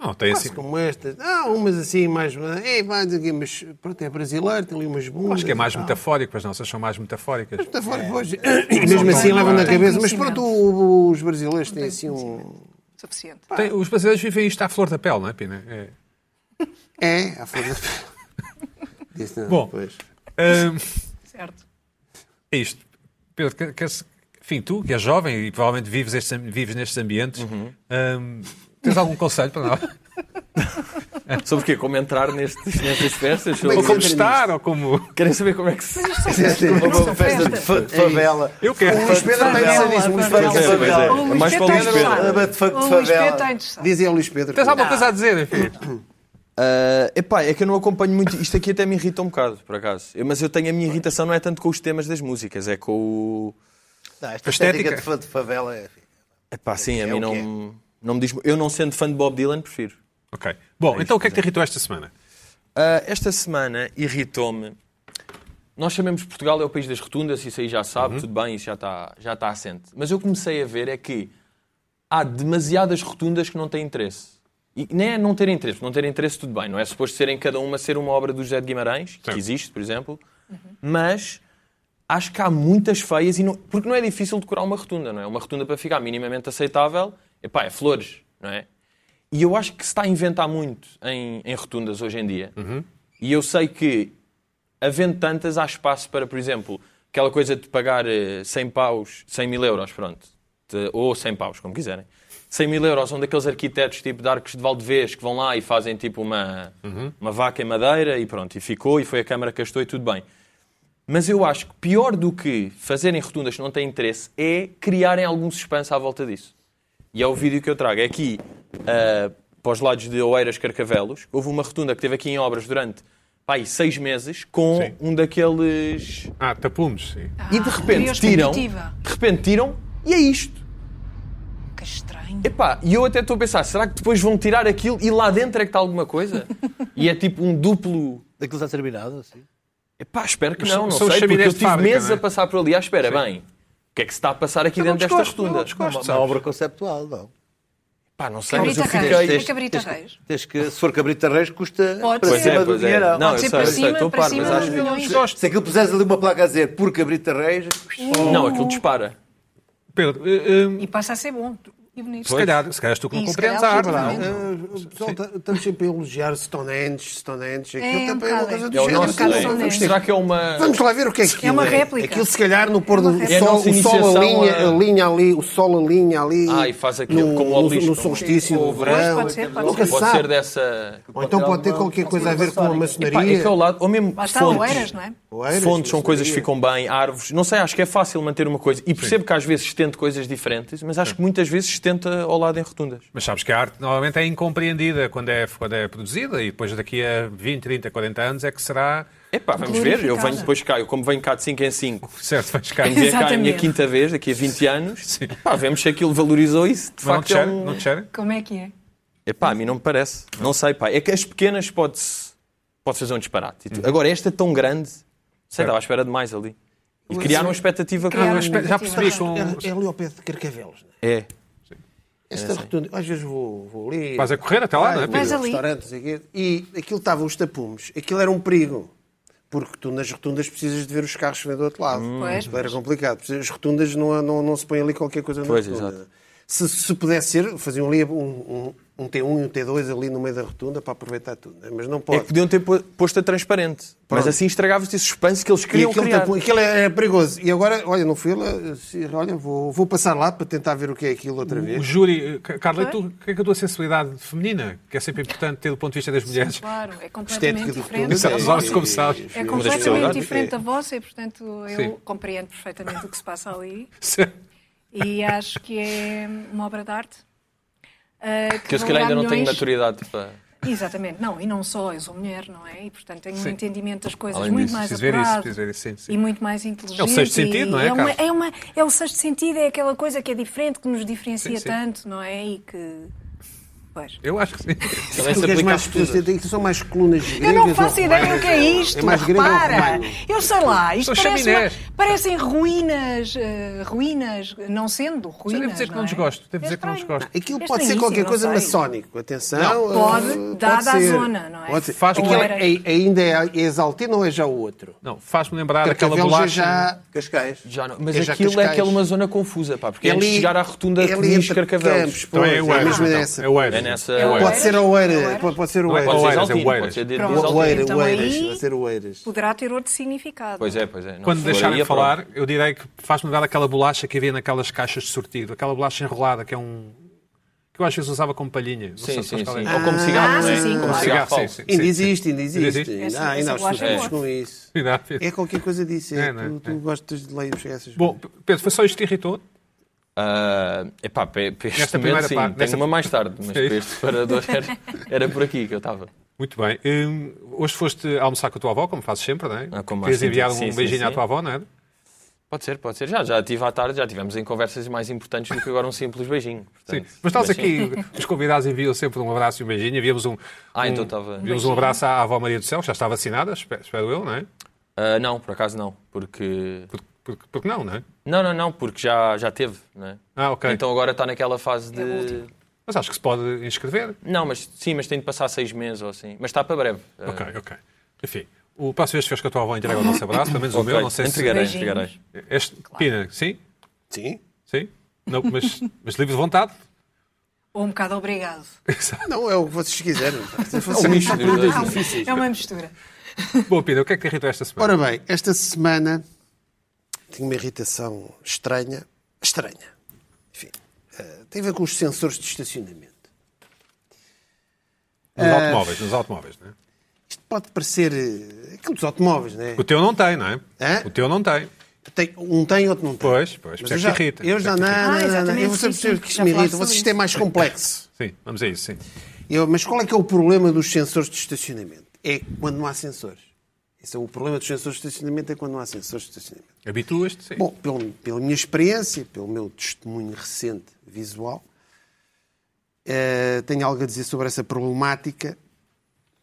Speaker 1: Não, tem
Speaker 2: quase
Speaker 1: assim.
Speaker 2: como estas. Ah, umas assim, mais. É, vai, dizer que- mas pronto, é brasileiro, tem ali umas bundas.
Speaker 1: Acho que é mais
Speaker 2: e tal.
Speaker 1: metafórico, as nossas são mais metafóricas.
Speaker 2: Está
Speaker 5: É.
Speaker 2: fora, pois. E mesmo assim
Speaker 3: tem-
Speaker 2: levam na
Speaker 3: não tem
Speaker 2: cabeça. Mas
Speaker 3: conhecimento.
Speaker 2: pronto, o- os brasileiros têm assim um.
Speaker 3: Suficiente.
Speaker 1: Tem- os brasileiros vivem isto à flor da pele, não é, Pina? É.
Speaker 2: É, à flor da Disse, não,
Speaker 1: Bom.
Speaker 2: pois.
Speaker 1: Ahm,
Speaker 3: Certo.
Speaker 1: é isto. Pedro, que, que, enfim, tu, que és jovem e provavelmente vives, estes am- vives nestes ambientes, ahm, tens algum conselho para nós?
Speaker 5: Sobre o quê? Como entrar nestes, nestas festas?
Speaker 1: ou
Speaker 5: Sobre-
Speaker 1: como estar, ou como...
Speaker 5: Querem saber como é que se...
Speaker 4: Uma festa de fa- favela.
Speaker 1: Eu quero.
Speaker 2: O Luís Pedro tem que ser disso. O Luís Pedro tem
Speaker 4: Favela,
Speaker 2: que ser
Speaker 5: Pois é.
Speaker 4: favela.
Speaker 3: O Um Luís
Speaker 5: mais
Speaker 3: Pedro está
Speaker 5: para o Luís Pedro.
Speaker 3: interessado.
Speaker 4: Abate fogo de
Speaker 3: O Luís Pedro
Speaker 4: favela.
Speaker 3: está interessado.
Speaker 2: Dizem ao Luís Pedro.
Speaker 1: Tens alguma coisa a dizer, enfim?
Speaker 5: Ah, epá, é que eu não acompanho muito. Isto aqui até me irrita um bocado, por acaso. Eu- mas eu tenho a minha irritação não é tanto com os temas das músicas, é com o.
Speaker 4: Não, esta
Speaker 1: Estética.
Speaker 4: estética de fa- de favela é.
Speaker 5: Epá, sim, a
Speaker 4: É
Speaker 5: mim
Speaker 4: o
Speaker 5: não.
Speaker 4: quê?
Speaker 5: me- Não me diz, eu não sendo fã de Bob Dylan, prefiro.
Speaker 1: Ok. Bom, então o que é que te irritou esta semana?
Speaker 5: Ah, esta semana irritou-me. Nós sabemos que Portugal é o país das rotundas, isso aí já sabe, tudo bem, isso já está já está assente. Mas eu comecei a ver é que há demasiadas rotundas que não têm interesse. E nem é não ter interesse, porque não ter interesse tudo bem. Não é suposto serem cada uma ser uma obra do José de Guimarães, que
Speaker 1: Sim.
Speaker 5: existe, por exemplo. Mas acho que há muitas feias e não- porque não é difícil decorar uma rotunda, não é? Uma rotunda para ficar minimamente aceitável, epá, é flores, não é? E eu acho que se está a inventar muito em, em rotundas hoje em dia. E eu sei que, havendo tantas, há espaço para, por exemplo, aquela coisa de pagar eh, 100 paus, 100 mil euros, pronto. De- ou 100 paus, como quiserem. 100 mil euros, onde aqueles arquitetos tipo de Arcos de Valdevez que vão lá e fazem tipo uma, uma vaca em madeira e pronto, e ficou, e foi a Câmara que gastou e tudo bem. Mas eu acho que pior do que fazerem rotundas que não têm interesse é criarem algum suspense à volta disso. E é o vídeo que eu trago. É aqui, ah, para os lados de Oeiras Carcavelos, houve uma rotunda que teve aqui em obras durante pá, aí seis meses com
Speaker 1: Sim.
Speaker 5: um daqueles.
Speaker 1: Ah, tapumes, sim.
Speaker 5: e de repente tiram. De repente tiram e é isto.
Speaker 3: Que estranho.
Speaker 5: Epá, e eu até estou a pensar, será que depois vão tirar aquilo e lá dentro é que está alguma coisa? e é tipo um duplo.
Speaker 4: Aquilo está terminado, assim.
Speaker 5: Epá, espero que
Speaker 1: Mas
Speaker 5: não, não
Speaker 1: são os
Speaker 5: sei, porque
Speaker 1: chaminés
Speaker 5: eu
Speaker 1: de
Speaker 5: tive
Speaker 1: fábrica,
Speaker 5: meses
Speaker 1: não é?
Speaker 5: a passar por ali. Ah, espera, bem, o que é que se está a passar aqui
Speaker 1: Eu não
Speaker 5: dentro desta
Speaker 1: desgosto, eu
Speaker 5: rotunda?
Speaker 1: não desgosto.
Speaker 4: É Uma, uma obra conceptual, não.
Speaker 5: Pá, não sei, mas
Speaker 3: Cabrita
Speaker 5: eu
Speaker 3: Reis.
Speaker 5: fiquei...
Speaker 3: É Cabrita Reis.
Speaker 4: Tens que, se for cabrita reis, custa
Speaker 3: Pode
Speaker 4: para
Speaker 3: ser.
Speaker 5: Pois
Speaker 4: cima
Speaker 5: é,
Speaker 4: do
Speaker 5: pois é.
Speaker 4: dinheiro.
Speaker 5: Não, eu
Speaker 3: Pode ser
Speaker 5: sei,
Speaker 3: para
Speaker 5: eu sei,
Speaker 3: cima,
Speaker 5: estou
Speaker 3: para
Speaker 5: par,
Speaker 3: cima,
Speaker 5: mas acho
Speaker 3: não, não,
Speaker 5: que...
Speaker 3: não.
Speaker 4: Se aquilo puseres ali uma placa a dizer por cabrita reis,
Speaker 5: Não, aquilo dispara.
Speaker 1: Pedro, eh, eh,
Speaker 3: E passa a ser bom e bonito.
Speaker 1: se, calhar, se calhar és tu que não
Speaker 3: E se
Speaker 1: compreendes a
Speaker 3: calhar
Speaker 1: arte,
Speaker 3: tu
Speaker 1: não?
Speaker 3: também.
Speaker 2: Ah, o pessoal está- estamos sempre a elogiar Stonehenge, Stonehenge. Aquilo
Speaker 3: É, um
Speaker 2: também é uma
Speaker 3: bocado,
Speaker 2: coisa
Speaker 3: é.
Speaker 2: do
Speaker 5: É o
Speaker 2: género,
Speaker 5: nosso...
Speaker 3: bocado
Speaker 5: é.
Speaker 2: aquilo-
Speaker 3: Stonehenge.
Speaker 5: Será que é uma...
Speaker 2: Vamos lá ver o que é aquilo.
Speaker 3: uma réplica.
Speaker 2: Aquilo, se calhar, no pôr
Speaker 3: É uma
Speaker 2: do
Speaker 3: réplica.
Speaker 5: É a
Speaker 2: sol,
Speaker 5: nossa
Speaker 2: o sol alinha,
Speaker 5: iniciação a-
Speaker 2: alinha ali, o sol alinha ali.
Speaker 5: Ah, e faz aquilo como o
Speaker 2: no,
Speaker 5: obelisco,
Speaker 2: no
Speaker 5: não é?
Speaker 2: solstício
Speaker 5: Ou
Speaker 2: do
Speaker 5: o verão.
Speaker 2: verão.
Speaker 3: Pode ser, pode
Speaker 2: Nunca
Speaker 3: ser.
Speaker 2: se
Speaker 5: Pode ser
Speaker 2: sabe.
Speaker 5: dessa...
Speaker 2: Ou então pode ter qualquer coisa a ver com a
Speaker 5: Pá, é
Speaker 2: maçonaria.
Speaker 5: que ao lado, ou mesmo
Speaker 3: Lá está
Speaker 5: fontes.
Speaker 3: Oeiras, não é?
Speaker 2: Oeiras,
Speaker 5: fontes são coisas que
Speaker 2: maçonaria.
Speaker 5: ficam bem, árvores. Não sei, acho que é fácil manter uma coisa. E percebo que às vezes tento coisas diferentes, mas acho que muitas vezes tenta ao lado em rotundas.
Speaker 1: Mas sabes que a arte normalmente é incompreendida quando é, quando é produzida e depois daqui a 20, 30, 40 anos é que será.
Speaker 5: Epá, vamos ver. Eu
Speaker 3: Glorificada.
Speaker 5: venho depois cá. Eu como venho cá de 5 em 5,
Speaker 1: Certo, vais cá.
Speaker 5: venho ver cá a minha
Speaker 3: Exatamente.
Speaker 5: quinta vez, daqui a 20 anos. Epá, vemos se aquilo valorizou isso. De
Speaker 1: Não
Speaker 5: facto,
Speaker 1: te
Speaker 5: é
Speaker 1: cheira?
Speaker 5: um...
Speaker 1: Não te cheira?
Speaker 3: Como é que é?
Speaker 5: Epá, a mim não me parece. Não sei, pá. É que as pequenas pode-se pode fazer um disparate. E
Speaker 2: Uhum.
Speaker 5: tu- Agora, esta tão grande, sei, estava à espera demais ali. E criaram uma expectativa que
Speaker 3: Criaram
Speaker 5: não
Speaker 3: uma
Speaker 5: é.
Speaker 3: expectativa.
Speaker 1: Já percebi com.
Speaker 2: É, é ali ao pé de Carcavelos. Né?
Speaker 5: É.
Speaker 2: Esta
Speaker 5: assim.
Speaker 2: rotunda, às vezes vou, vou ali.
Speaker 1: Vais a correr até lá, não é, Pedro?
Speaker 3: Vais ali.
Speaker 2: restaurantes E aquilo estavam os tapumes. Aquilo era um perigo. Porque tu nas rotundas precisas de ver os carros que vêm do outro lado.
Speaker 3: Hum. Pois.
Speaker 2: Aquilo Era complicado. As rotundas não, há- não, não se põe ali qualquer coisa na
Speaker 5: Pois,
Speaker 2: rotunda.
Speaker 5: exato.
Speaker 2: Se, se pudesse ser, faziam ali um, um- um T1 e um T2 ali no meio da rotunda para aproveitar tudo. né? Mas não
Speaker 5: É
Speaker 2: pode.
Speaker 5: que podiam ter po- posto a transparente. Mas
Speaker 2: Pronto.
Speaker 5: assim estragava-se esse suspense que eles
Speaker 2: E
Speaker 5: queriam
Speaker 2: aquilo,
Speaker 5: criar.
Speaker 2: tapu- aquilo é é perigoso. E agora, olha, não fui lá. se- Olha, vou, vou passar lá para tentar ver o que é aquilo outra
Speaker 3: Hum. Um
Speaker 2: vez.
Speaker 1: O júri. eh, Carla, e tu, o que é que a tua sensibilidade feminina, que é sempre importante ter do ponto de vista das mulheres,
Speaker 3: Claro, é
Speaker 2: Estética
Speaker 3: completamente
Speaker 2: do
Speaker 3: diferente.
Speaker 2: Tunis
Speaker 3: da
Speaker 1: Exato,
Speaker 2: é-
Speaker 1: nós,
Speaker 3: vossa.
Speaker 1: como sabes.
Speaker 3: É
Speaker 5: das
Speaker 3: completamente
Speaker 5: possibilidades.
Speaker 3: diferente da vossa e, portanto, eu
Speaker 1: Sim.
Speaker 3: compreendo perfeitamente o que se passa ali É.
Speaker 1: Sim,
Speaker 3: e acho que é uma obra de arte. ah, que
Speaker 5: Que eu se calhar
Speaker 3: valerá
Speaker 5: ainda não tenho
Speaker 3: milhões.
Speaker 5: maturidade para.
Speaker 3: Exatamente, não, e não só, eu sou mulher, não é? E portanto tenho um entendimento das coisas
Speaker 5: Além
Speaker 3: muito
Speaker 5: disso,
Speaker 3: mais
Speaker 1: preciso ver isso,
Speaker 3: apurado
Speaker 1: preciso ver isso, sim, sim.
Speaker 3: e muito mais inteligente.
Speaker 1: É o sexto
Speaker 3: e-
Speaker 1: sentido, não é,
Speaker 3: É, uma,
Speaker 1: Carla?
Speaker 3: é, uma- é o sexto sentido, é aquela coisa que é diferente, que nos diferencia
Speaker 1: Sim, sim.
Speaker 3: tanto, não é? E que. Pois.
Speaker 1: Eu acho que sim.
Speaker 5: Também se
Speaker 2: Porque as
Speaker 5: aplica a
Speaker 2: mais
Speaker 5: tudo.
Speaker 2: tem- são mais colunas
Speaker 3: Eu
Speaker 2: gregas.
Speaker 3: não faço
Speaker 2: ou
Speaker 3: ideia
Speaker 2: romanas,
Speaker 3: o que é isto,
Speaker 2: É mais grego ou
Speaker 3: repara.
Speaker 2: romano?
Speaker 3: Eu sei lá, isto
Speaker 1: São
Speaker 3: parece
Speaker 1: chaminés.
Speaker 3: uma- parecem ruínas, eh, ruínas, não sendo ruínas.
Speaker 1: Devo dizer que não
Speaker 3: é?
Speaker 1: desgosto. Devo
Speaker 3: É
Speaker 1: dizer que não
Speaker 3: estranho.
Speaker 1: desgosto.
Speaker 2: Aquilo
Speaker 3: É
Speaker 2: pode ser
Speaker 3: estranhíssimo,
Speaker 2: qualquer
Speaker 3: não
Speaker 2: coisa
Speaker 3: sei.
Speaker 2: maçónico, atenção.
Speaker 1: Não.
Speaker 2: eh,
Speaker 3: Pode, dada a
Speaker 2: ser.
Speaker 3: zona, não é?
Speaker 2: Pode ser.
Speaker 1: Faz
Speaker 2: Aquilo
Speaker 1: com-
Speaker 2: é- é- ainda é, é exaltino ou é já o outro?
Speaker 1: Não, faz-me lembrar aquela
Speaker 2: Carcavelos
Speaker 1: bolacha.
Speaker 2: é já...
Speaker 4: Cascais.
Speaker 5: Já não- Mas
Speaker 2: É já
Speaker 5: aquilo é
Speaker 2: Cascais.
Speaker 5: aquela uma zona confusa, pá. Porque
Speaker 2: É
Speaker 5: antes de
Speaker 2: ali-
Speaker 5: chegar à rotunda
Speaker 2: é
Speaker 5: que
Speaker 2: ali
Speaker 5: diz
Speaker 2: entre
Speaker 5: Carcavelos.
Speaker 2: Campos, Pois,
Speaker 1: é o
Speaker 2: é
Speaker 1: Eiras.
Speaker 2: mesmo
Speaker 1: então.
Speaker 2: nessa.
Speaker 1: É o Eiras.
Speaker 5: É nessa.
Speaker 3: É o
Speaker 2: Pode ser o Oeiras. Pode, pode ser o
Speaker 1: Não é
Speaker 2: Oeiras.
Speaker 1: Oeiras,
Speaker 5: Pode ser
Speaker 1: é
Speaker 5: Exaltino,
Speaker 1: Oeiras.
Speaker 5: pode ser de
Speaker 3: Pronto.
Speaker 2: O
Speaker 5: Exaltino.
Speaker 2: Oeiras,
Speaker 3: Então
Speaker 2: o Oeiras,
Speaker 3: aí-
Speaker 2: vai ser o Oeiras.
Speaker 3: Poderá ter outro significado.
Speaker 5: Pois é, pois é. Não
Speaker 1: Quando
Speaker 5: foi
Speaker 1: deixarem
Speaker 5: aí,
Speaker 1: de
Speaker 5: é
Speaker 1: falar,
Speaker 5: pronto.
Speaker 1: eu direi que faz-me lembrar aquela bolacha que havia naquelas caixas de sortido, aquela bolacha enrolada que é um. que eu às vezes usava como palhinha. Não sei
Speaker 5: Sim,
Speaker 1: se
Speaker 5: sim,
Speaker 1: sabes qual é.
Speaker 5: sim. Ou como cigarro,
Speaker 3: Ah,
Speaker 5: não é?
Speaker 3: sim, sim,
Speaker 5: Como
Speaker 3: claro.
Speaker 5: cigarro
Speaker 1: Cigarro,
Speaker 5: falso.
Speaker 1: sim, sim.
Speaker 2: Ainda existe, ainda existe.
Speaker 1: Existe?
Speaker 2: Ainda há- Ainda há
Speaker 3: Essa- essa
Speaker 2: estudantes
Speaker 3: bolacha é
Speaker 2: com isso.
Speaker 1: Cuidado.
Speaker 2: É qualquer coisa disso.
Speaker 1: É,
Speaker 2: É,
Speaker 1: não é?
Speaker 2: tu, tu
Speaker 1: É.
Speaker 2: gostas de lá e chegar a essas
Speaker 1: Bom, Pedro, foi só isto que irritou?
Speaker 5: Ah, epá, para para este
Speaker 1: Nesta primeira
Speaker 5: momento sim,
Speaker 1: parte,
Speaker 5: tenho
Speaker 1: nesta-
Speaker 5: uma mais tarde, mas para este separador era, era por aqui que eu estava.
Speaker 1: Muito bem. Hum, hoje foste almoçar com a tua avó, como fazes sempre, não é?
Speaker 5: Ah, como
Speaker 1: Querias
Speaker 5: acho que
Speaker 1: enviar
Speaker 5: sim,
Speaker 1: um
Speaker 5: sim,
Speaker 1: beijinho à
Speaker 5: sim.
Speaker 1: tua avó, não é?
Speaker 5: Pode ser, pode ser. Já, já tive à tarde, já tivemos em conversas mais importantes do que agora um simples beijinho.
Speaker 1: Sim,
Speaker 5: Portanto,
Speaker 1: mas nós aqui, os convidados enviam sempre um abraço e um beijinho. Enviamos um,
Speaker 5: Ah,
Speaker 1: um-
Speaker 5: então estava-
Speaker 1: enviamos um abraço à avó Maria do Céu, que já está vacinada, espero, espero eu, não é?
Speaker 5: Ah, não, por acaso não, porque...
Speaker 1: Porque, porque, porque não, não é?
Speaker 5: Não, não, não, porque já, já teve, não é?
Speaker 1: Ah, ok.
Speaker 5: Então agora está naquela fase
Speaker 3: É
Speaker 5: de...
Speaker 1: Mas acho que se pode inscrever.
Speaker 5: Não, mas sim, mas tem de passar seis meses ou assim. Mas está para breve. Ah,
Speaker 1: Ok, ok. Enfim, o próximo vez que fez com a tua avó entrega o nosso abraço, pelo menos o
Speaker 5: ok.
Speaker 1: meu, não sei se.
Speaker 5: entregarei,
Speaker 3: Beijinhos.
Speaker 5: entregarei.
Speaker 1: Este, Pina, sim?
Speaker 2: Sim.
Speaker 1: Sim? Não, mas, mas livre de vontade.
Speaker 3: Ou um bocado obrigado.
Speaker 2: Não, é o que vocês quiserem. É um
Speaker 1: assim,
Speaker 3: Ah, é uma mistura.
Speaker 1: Bom, Pina, o que é que te irritou esta semana?
Speaker 2: Ora bem, esta semana tinha uma irritação estranha. Estranha. Enfim, eh, tem a ver com os sensores de estacionamento.
Speaker 1: nos
Speaker 2: eh,
Speaker 1: automóveis, nos automóveis, não é?
Speaker 2: Isto pode parecer eh, aquilo dos automóveis, não é?
Speaker 1: O teu não tem, não é?
Speaker 2: Hã?
Speaker 1: O teu não tem.
Speaker 2: Tem- um tem, outro não tem.
Speaker 1: Pois, pois,
Speaker 2: Mas
Speaker 1: por isso é
Speaker 2: eu
Speaker 1: que
Speaker 2: já,
Speaker 1: te irrita.
Speaker 2: eu já não, não, não, não,
Speaker 3: Ah, exatamente,
Speaker 2: eu vou
Speaker 3: sim,
Speaker 2: sempre perceber
Speaker 3: sim,
Speaker 2: que isto
Speaker 3: já
Speaker 2: me
Speaker 3: falaste
Speaker 2: irrita.
Speaker 3: sobre
Speaker 2: Vocês
Speaker 3: isso.
Speaker 2: têm mais complexo.
Speaker 1: Sim, vamos a isso, sim.
Speaker 2: Eu, mas qual é que é o problema dos sensores de estacionamento? É quando não há sensores. Esse é o problema dos sensores de estacionamento, é quando não há sensores de estacionamento.
Speaker 1: Habituas-te, sim.
Speaker 2: Bom, pelo- pela minha experiência, pelo meu testemunho recente visual, eh, tenho algo a dizer sobre essa problemática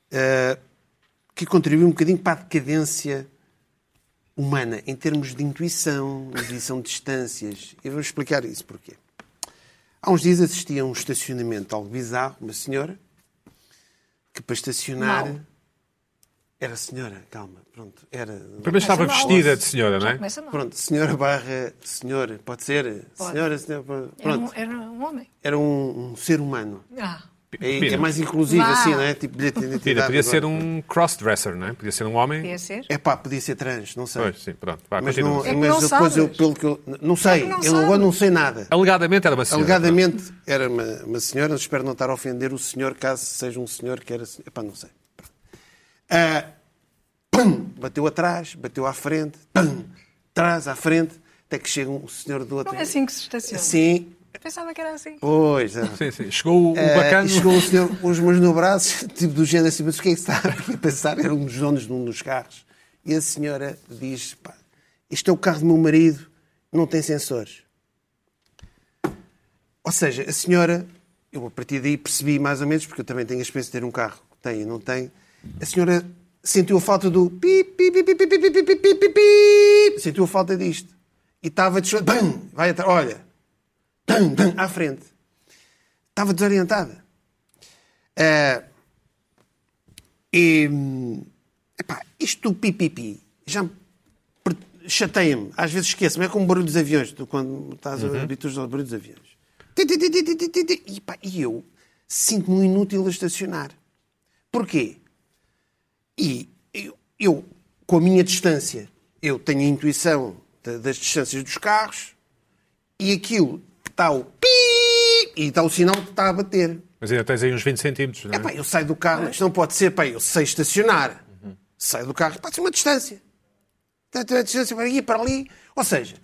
Speaker 2: eh, que contribui um bocadinho para a decadência humana em termos de intuição, medição de distâncias. Eu vou explicar isso porquê. Há uns dias assisti a um estacionamento algo bizarro, uma senhora, que para estacionar.
Speaker 3: Mau.
Speaker 2: Era senhora, calma, pronto. Era
Speaker 1: Primeiro estava
Speaker 3: Começa mal.
Speaker 1: vestida de senhora, não
Speaker 3: Já
Speaker 1: é?
Speaker 3: começa mal.
Speaker 2: Pronto, senhora barra senhor, pode ser?
Speaker 3: Pode.
Speaker 2: Senhora, senhor, pronto.
Speaker 3: Era um, era um homem.
Speaker 2: Era um, um ser humano.
Speaker 3: Ah,
Speaker 2: É,
Speaker 1: Pina.
Speaker 2: é mais inclusivo
Speaker 3: Vá.
Speaker 2: assim, não é? Tipo bilhete de identidade.
Speaker 1: Pina, podia ser
Speaker 2: agora.
Speaker 1: um crossdresser, não é? Podia ser um homem.
Speaker 3: ia ser?
Speaker 2: É pá, podia ser trans, não sei.
Speaker 1: Pois, sim, pronto. Vá,
Speaker 2: mas
Speaker 1: continua.
Speaker 2: não,
Speaker 3: É que
Speaker 2: mas
Speaker 3: não
Speaker 2: depois eu,
Speaker 3: sabes. É
Speaker 2: pelo que eu. Não sei,
Speaker 3: que não
Speaker 2: eu agora
Speaker 3: sabes.
Speaker 2: não sei nada.
Speaker 1: Alegadamente era uma senhora.
Speaker 2: Alegadamente era uma, uma senhora, espero não estar a ofender o senhor, caso seja um senhor que era. sen- Epá, não sei. Pronto. Ah, pum, bateu atrás, bateu à frente, pum, atrás, à frente, até que chega um senhor do outro.
Speaker 3: Não é assim que se estaciona.
Speaker 2: Sim,
Speaker 3: Pensava que era assim.
Speaker 2: pois. é.
Speaker 1: Sim, sim. Chegou o
Speaker 2: Eh,
Speaker 1: bacana.
Speaker 2: chegou o senhor com os meus no braço, tipo do género assim, mas o que é que está aqui a pensar? Era um dos donos de um dos carros. E a senhora diz: pá, isto é o carro do meu marido, não tem sensores. Ou seja, a senhora, eu a partir daí percebi mais ou menos, porque eu também tenho a experiência de ter um carro que tem e não tem, a senhora sentiu a falta do pip, pip, pip, pip, pip, pip, pip, pip, pip, pip, sentiu a falta disto. E estava de bam, vai atrás, olha, bam, bam, à frente. Estava desorientada. Ah, e, hum, epá, isto do pipipi já me per- chateia-me. Às vezes esqueço-me. É como o barulho dos aviões, tu, quando estás habituado ao barulho dos aviões. Ti, ti, ti, ti, ti, ti, ti, ti. E, pá, e eu sinto-me um inútil a estacionar. Porquê? E eu, eu, com a minha distância, eu tenho a intuição da- das distâncias dos carros e aquilo está o pi e está o sinal que está a bater.
Speaker 1: Mas ainda tens aí uns 20 centímetros, não é?
Speaker 2: É pá, eu saio do carro, isto não pode ser, pá, eu sei estacionar. Saio do carro, passa uma distância. Tanto uma distância para aqui, para ali. Ou seja,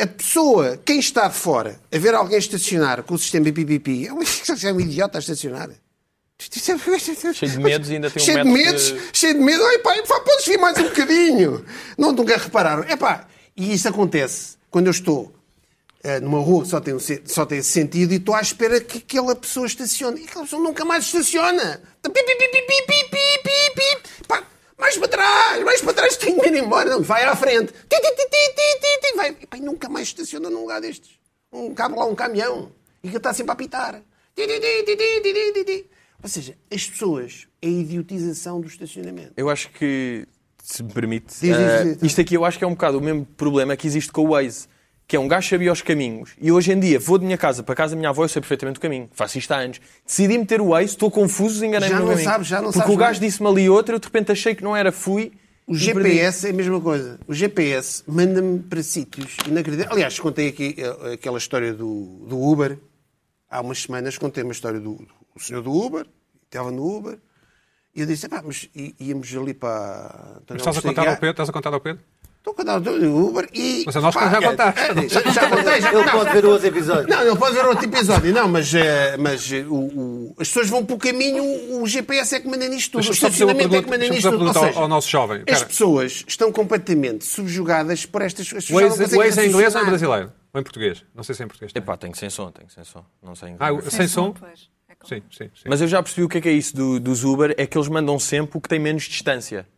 Speaker 2: a pessoa, quem está de fora, a ver alguém estacionar com o sistema BPPP, é um, já é um idiota a estacionar. é- Cheio
Speaker 5: de medos e ainda tem um
Speaker 2: Cheio de
Speaker 5: metro
Speaker 2: medos,
Speaker 5: de-
Speaker 2: cheio de medo. Ai, pá, pá, podes vir mais um bocadinho. Não, nunca repararam. É pá, e isso acontece quando eu estou eh, numa rua que só tem, um sen- só tem esse sentido e estou à espera que aquela pessoa estacione. E aquela pessoa nunca mais estaciona. Pi, pi, pi, pi, pi, pi, pi, pi, pi. Pá, mais para trás, mais para trás, tenho de ir embora. Não, vai à frente. Ti, ti, ti, ti, ti, ti, ti, vai. E, pá, e nunca mais estaciona num lugar destes. Um cabo lá, um caminhão. E que está sempre a apitar. Ti, ti, ti, ti, ti, ti, ti, ti, ti. Ou seja, as pessoas, a idiotização do estacionamento.
Speaker 5: Eu acho que, se me permite,
Speaker 2: Diz,
Speaker 5: eh,
Speaker 2: diz, diz.
Speaker 5: isto aqui eu acho que é um bocado o mesmo problema que existe com o Waze, que é um gajo sabia os caminhos. E hoje em dia vou de minha casa para casa da minha avó, eu sei perfeitamente o caminho. Faço isto há anos. Decidi meter o Waze, estou confuso, enganei-me
Speaker 2: Já
Speaker 5: no
Speaker 2: não
Speaker 5: caminho.
Speaker 2: sabes, já não
Speaker 5: Porque
Speaker 2: sabes
Speaker 5: o gajo
Speaker 2: mesmo.
Speaker 5: disse-me ali outro, eu de repente achei que não era, fui.
Speaker 2: O GPS é a mesma coisa. O GPS manda-me para sítios inacreditáveis. Aliás, contei aqui eh, aquela história do, do Uber. Há umas semanas contei uma história do, do senhor do Uber. Estava no Uber. E eu disse, "Epá, mas í- íamos ali para... é.
Speaker 1: Mas estás a contar ao Pedro? Estás a contar ao Pedro?
Speaker 2: Estou com a dar do Uber e.
Speaker 1: Ou seja, nós já contaste.
Speaker 2: é, Já, já contei, já
Speaker 4: Ele
Speaker 2: não,
Speaker 4: pode ver outros episódios.
Speaker 2: Não, ele pode ver outro episódio. Não, mas, eh, mas eh, o, o- as pessoas vão para o caminho, o GPS é que manda nisto tudo. O
Speaker 1: Deixa-me só fazer uma
Speaker 2: estacionamento é que
Speaker 1: pergunta-
Speaker 2: manda
Speaker 1: deixa-me
Speaker 2: nisto
Speaker 1: só
Speaker 2: tudo. Ou
Speaker 1: perguntar
Speaker 2: seja,
Speaker 1: ao- ao nosso jovem.
Speaker 2: As
Speaker 1: Espera.
Speaker 2: pessoas estão completamente subjugadas por estas. as
Speaker 1: O
Speaker 2: pessoas já não
Speaker 1: ex, o
Speaker 2: conseguem
Speaker 1: ex é inglês ou é
Speaker 2: raciocinar.
Speaker 1: brasileiro? Ou em português? Não sei se é em português.
Speaker 5: Epá, tenho sem som, tenho sem som. Não sei.
Speaker 1: Ah,
Speaker 5: inglês.
Speaker 1: o- sem som?
Speaker 3: Pois, é como-
Speaker 1: Sim, sim, sim.
Speaker 5: Mas eu já percebi o que é que é isso do- dos Uber, é que eles mandam sempre o que tem menos distância.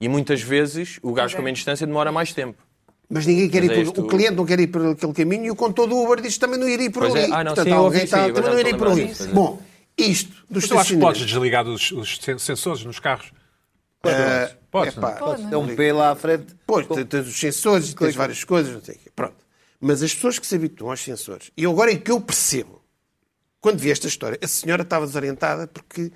Speaker 5: E muitas vezes o gajo com
Speaker 2: é.
Speaker 5: menos distância demora mais tempo.
Speaker 2: Mas ninguém quer ir
Speaker 5: Mas é
Speaker 2: por,
Speaker 5: isto-
Speaker 2: o cliente não quer ir por aquele caminho e o condutor do Uber diz que também não iria ir por
Speaker 5: Pois é.
Speaker 2: ali.
Speaker 5: Ah, não,
Speaker 2: Portanto,
Speaker 5: sim, eu ouvi
Speaker 2: alguém
Speaker 5: isso
Speaker 2: está,
Speaker 5: aí, agora
Speaker 2: também não
Speaker 5: já
Speaker 2: iria
Speaker 5: estou
Speaker 2: por
Speaker 5: a
Speaker 2: ali.
Speaker 5: lembrar disso, pois é.
Speaker 2: Bom, isto do
Speaker 1: Mas tu Então acho que podes
Speaker 2: estacionamento.
Speaker 1: desligar os, os sen- sensores nos carros?
Speaker 4: Eh,
Speaker 2: Ah,
Speaker 1: Podes,
Speaker 2: epá,
Speaker 4: É um P lá à frente.
Speaker 2: Pois, tem- tens os sensores, e tens várias coisas, não sei o quê. Pronto. Mas as pessoas que se habituam aos sensores, e agora é que eu percebo, quando vi esta história, a senhora estava desorientada porque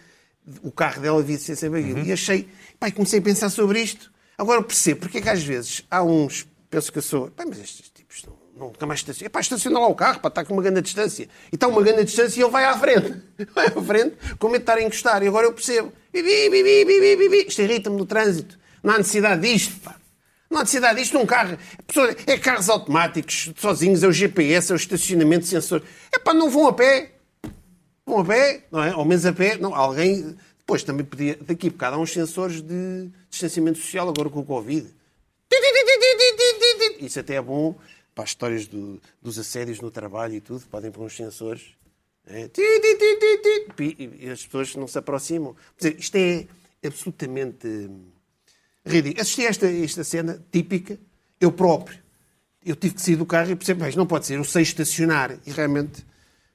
Speaker 2: o carro dela havia de ser sem barril. E achei, pai, comecei a pensar sobre isto. Agora eu percebo porque é que às vezes há uns, penso que eu sou, pá, mas estes tipos não, não nunca mais estacionam. É pá, estaciona lá o carro, pá, está com uma grande distância. E está uma grande distância e ele vai à frente. Vai à frente, com medo de estar a encostar. E agora eu percebo. Bibi, bibi, bibi, bibi. Isto irrita-me no trânsito. Não há necessidade disto, pá. Não há necessidade disto, um carro. pessoas- é carros automáticos, sozinhos, é o GPS, é o estacionamento, sensor. É pá, não vão a pé. Vão a pé, não é? Ao menos a pé. Não, alguém. Depois também podia. Daqui a bocado há uns sensores de distanciamento social, agora com o Covid. Isso até é bom para as histórias do- dos assédios no trabalho e tudo. Podem pôr uns sensores. né? E as pessoas não se aproximam. Quer dizer, isto é absolutamente. hum, ridículo. Assisti a esta, esta cena típica, eu próprio. Eu tive que sair do carro e percebi, mas não pode ser, eu sei estacionar. E realmente,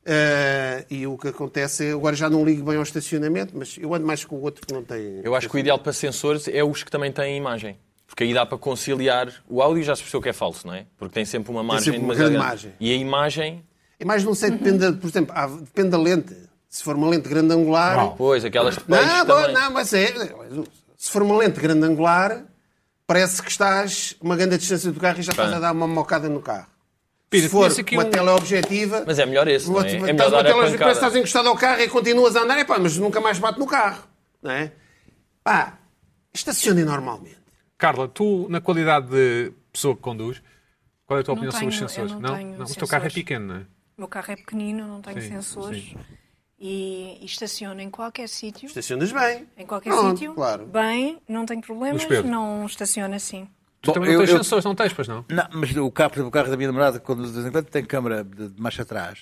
Speaker 2: eh, e o que acontece é, agora já não ligo bem ao estacionamento, mas eu ando mais com o outro que não tem...
Speaker 5: Eu acho que o ideal para sensores é os que também têm imagem. Porque aí dá para conciliar. O áudio já se percebeu que é falso, não é? Porque tem sempre uma margem.
Speaker 2: sempre uma
Speaker 5: demasiado
Speaker 2: grande
Speaker 5: grande.
Speaker 2: margem.
Speaker 5: E a imagem,
Speaker 2: É mais, não sei, depende, da- por exemplo, há- depende da lente. Se for uma lente grande angular...
Speaker 5: pois, aquelas de peixe
Speaker 2: Não,
Speaker 5: também.
Speaker 2: não, mas é. Se for uma lente grande angular, parece que estás uma grande distância do carro e já estás a dar uma mocada no carro.
Speaker 1: Pina,
Speaker 2: Se for
Speaker 1: conhece aqui
Speaker 2: uma
Speaker 1: um-
Speaker 2: teleobjetiva.
Speaker 5: Mas é melhor esse, não é?
Speaker 2: Estás
Speaker 5: É melhor
Speaker 2: uma
Speaker 5: dar a
Speaker 2: teleobjetiva,
Speaker 5: pancada.
Speaker 2: Parece que estás encostado ao carro e continuas a andar, epá, mas nunca mais bate no carro. Não é? Pá, estacionem normalmente.
Speaker 1: Carla, tu, na qualidade de pessoa que conduz, qual é a tua
Speaker 3: Não
Speaker 1: opinião sobre os
Speaker 3: tenho, eu
Speaker 1: sensores?
Speaker 3: não tenho
Speaker 1: não? o teu carro é
Speaker 3: sensores.
Speaker 1: pequeno, não é?
Speaker 3: O meu carro é pequenino, não tenho
Speaker 1: Sim,
Speaker 3: sensores
Speaker 1: sim.
Speaker 3: e, e estaciono em qualquer sítio.
Speaker 2: Estacionas bem.
Speaker 3: Em qualquer
Speaker 2: Pronto,
Speaker 3: sítio.
Speaker 2: Claro.
Speaker 3: Bem, não tenho problemas,
Speaker 1: Luís Pedro.
Speaker 3: não estaciono assim.
Speaker 1: Tu
Speaker 4: Bom,
Speaker 1: também
Speaker 4: eu-
Speaker 1: não tens
Speaker 4: eu-
Speaker 1: sensores, não tens, pois não?
Speaker 4: Não, mas o carro, por exemplo, o carro da minha namorada, quando de vez em quando tem câmara de, de marcha atrás,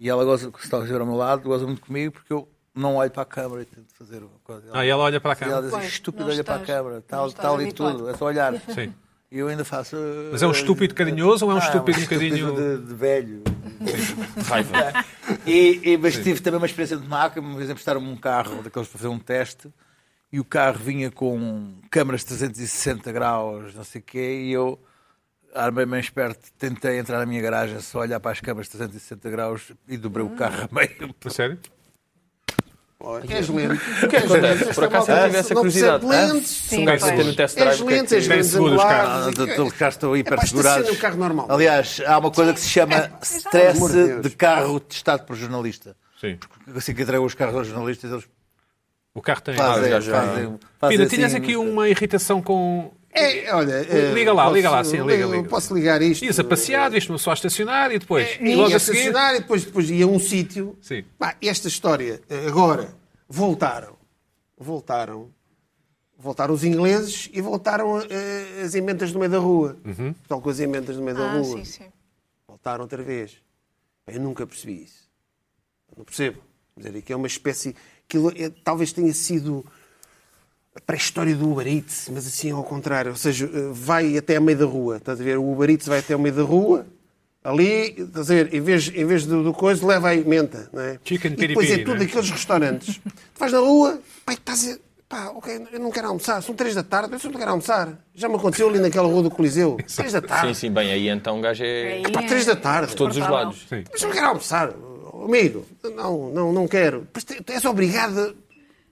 Speaker 4: e ela goza, se está a ver ao meu lado, goza muito comigo porque eu não olho para a câmara e tento fazer uma coisa.
Speaker 1: Ah, e ela olha para
Speaker 4: E ela
Speaker 1: cá.
Speaker 4: diz
Speaker 3: Pois,
Speaker 4: estúpido,
Speaker 3: não
Speaker 4: olha para a
Speaker 3: estás-
Speaker 4: câmara,
Speaker 3: não
Speaker 4: tal,
Speaker 3: estás
Speaker 4: tal e
Speaker 3: habituado.
Speaker 4: tudo, é só olhar.
Speaker 1: Sim.
Speaker 4: E eu ainda faço. Ah,
Speaker 1: Mas é um estúpido carinhoso ou é um estúpido um bocadinho-
Speaker 4: de, de velho.
Speaker 5: De raiva.
Speaker 2: É.
Speaker 4: E, e- mas tive também uma experiência de maca, uma vez emprestaram-me um carro daqueles para fazer um teste, e o carro vinha com câmaras 360 graus, não sei o quê, e eu, armei bem esperto, tentei entrar na minha garagem só olhar para as câmaras 360 graus e dobrei
Speaker 3: Hum.
Speaker 4: o carro a meio.
Speaker 1: A sério?
Speaker 2: Olha, És lento.
Speaker 5: acontece? Por acaso eu tive essa curiosidade.
Speaker 2: Não percebe lentes.
Speaker 3: Sim, assim.
Speaker 5: Um gajo
Speaker 3: pois.
Speaker 5: se tem no test drive,
Speaker 2: És
Speaker 5: o que é
Speaker 2: lento, és
Speaker 5: que...
Speaker 1: Bem
Speaker 2: grandes
Speaker 1: seguro os carros.
Speaker 4: Ah,
Speaker 2: angulares.
Speaker 4: doutor, os carros estão
Speaker 2: É pá,
Speaker 4: hiper
Speaker 2: estaciona
Speaker 4: segurados.
Speaker 2: um carro normal. É,
Speaker 4: Aliás, há uma coisa que se chama
Speaker 2: amor de
Speaker 4: stress
Speaker 2: Deus.
Speaker 4: de carro testado por jornalista.
Speaker 1: Sim.
Speaker 4: Porque assim que entregam os carros aos jornalistas, eles
Speaker 1: O carro tem.
Speaker 4: fazem.
Speaker 5: já, já.
Speaker 4: fazem, fazem
Speaker 1: Ah, Pina, tinhas
Speaker 4: assim-
Speaker 1: aqui uma irritação com.
Speaker 2: É, olha, eh,
Speaker 1: Liga lá, liga lá, sim, liga,
Speaker 2: eu
Speaker 1: liga.
Speaker 2: Posso ligar isto?
Speaker 1: Ias a passear, viste uma pessoa a estacionar e depois.
Speaker 2: É, E
Speaker 1: logo
Speaker 2: ia
Speaker 1: a seguir.
Speaker 2: estacionar e depois, depois ia a um sítio.
Speaker 1: Sim.
Speaker 2: Pá, esta história, eh, agora, voltaram. Voltaram. Voltaram os ingleses e voltaram eh, as emendas no meio da rua.
Speaker 1: Uhum.
Speaker 2: Estão com as emendas no meio da
Speaker 3: Ah,
Speaker 2: rua.
Speaker 3: sim, sim.
Speaker 2: Voltaram outra vez. Eu nunca percebi isso. Não percebo. Mas é que é uma espécie. Aquilo é- talvez tenha sido a pré-história do Uber Eats, mas assim ao contrário. Ou seja, eh, vai até a meio da rua. Estás a ver? O Uber Eats vai até a meio da rua. Ali, estás a ver, em vez, em vez do, do coisa, leva aí menta. Não é?
Speaker 1: Chicken
Speaker 2: e depois é
Speaker 1: piripiri,
Speaker 2: tudo
Speaker 1: não é?
Speaker 2: aqueles restaurantes. tu vais na rua, pai, estás a. Pá, ok, eu não quero almoçar. São três da tarde, mas eu não quero almoçar. Já me aconteceu ali naquela rua do Coliseu. Três da tarde.
Speaker 5: Sim, sim, bem, aí então o gajo é...
Speaker 3: Aí
Speaker 2: Pá,
Speaker 3: é-
Speaker 2: três da tarde.
Speaker 5: Por todos os lados.
Speaker 1: Sim.
Speaker 2: Mas eu não quero almoçar, amigo. Não, não, não quero. Mas te- tu és obrigada.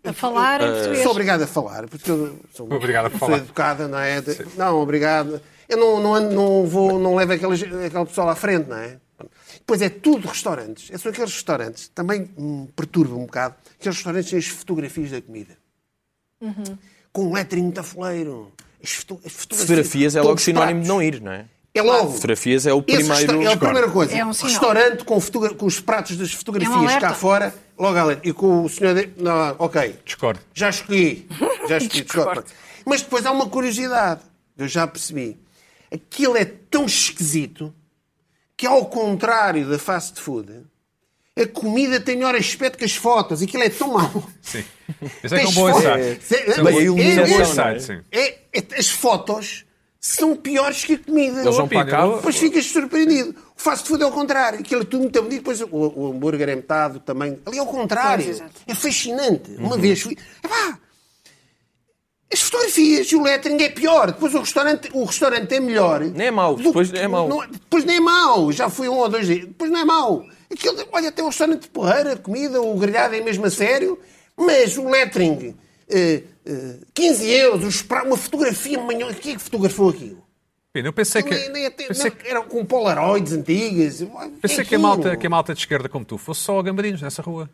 Speaker 3: A falar em português.
Speaker 2: Sou obrigada a falar, porque eu sou uma
Speaker 1: Obrigada a
Speaker 2: pessoa
Speaker 1: falar.
Speaker 2: educada, não é? De- Não, obrigada. Eu não, não, ando- não vou, não levo aquelas, aquela pessoa lá à frente, não é? Pois é, tudo restaurantes. São aqueles restaurantes, também me perturba um bocado,
Speaker 5: Uhum.
Speaker 2: aqueles restaurantes têm as fotografias da comida. Com um lettering tafuleiro. As foto- as fotografias,
Speaker 5: Fotografias é logo
Speaker 2: todos
Speaker 5: sinónimo de
Speaker 2: pratos.
Speaker 5: não ir, não é?
Speaker 2: É logo.
Speaker 5: Fotografias é o
Speaker 2: Esse
Speaker 5: primeiro.
Speaker 2: resta- é a primeira coisa.
Speaker 3: É um sinal.
Speaker 2: Restaurante com, fotogra- com os pratos das
Speaker 3: É um
Speaker 2: fotografias
Speaker 3: alerta.
Speaker 2: cá fora, logo alerta. E com o senhor. de- Não, ok.
Speaker 1: Discordo.
Speaker 2: Já escolhi. Já escolhi.
Speaker 3: Discordo.
Speaker 2: desculpa. Mas depois há uma curiosidade. Eu já percebi. Aquilo é tão esquisito que, ao contrário da fast food, a comida tem melhor aspecto que as fotos. Aquilo é tão mau.
Speaker 1: Sim. Esse é que é um
Speaker 2: Tens
Speaker 1: bom
Speaker 2: fotos.
Speaker 1: insight. Esse
Speaker 2: Sim,
Speaker 1: é um bom-
Speaker 2: é
Speaker 1: esse é um bom
Speaker 5: iluminação,
Speaker 1: insight, sim.
Speaker 2: É- é- as fotos são piores que a comida.
Speaker 5: Eles vão para a cava.
Speaker 2: Depois ficas surpreendido. O fast food é ao contrário. Aquilo é tudo muito bonito, depois o, o hambúrguer é metade, o tamanho. Ali é ao
Speaker 3: Pois,
Speaker 2: contrário.
Speaker 3: exato.
Speaker 2: É fascinante. Uma vez fui. Epá, as fotografias e o lettering é pior. Depois o restaurante, o restaurante é melhor.
Speaker 5: Nem é mau,
Speaker 2: Do-
Speaker 5: depois é mau.
Speaker 2: não- depois nem é mau. Já fui um ou dois dias. Depois não é mau. Aquilo, olha, tem um restaurante de porreira, a comida, o grelhado é mesmo a sério. Mas o lettering, eh, eh, 15 euros, os pra- uma fotografia manhã. Quem é que fotografou aquilo?
Speaker 1: Pina, Eu pensei que.
Speaker 2: Nem- nem até-
Speaker 1: pensei
Speaker 2: não,
Speaker 1: que-
Speaker 2: Eram com polaroids antigas. É
Speaker 1: Pensei que a,
Speaker 2: aquilo.
Speaker 1: malta, que é a malta de esquerda como tu fosse só a Gambarinos nessa rua.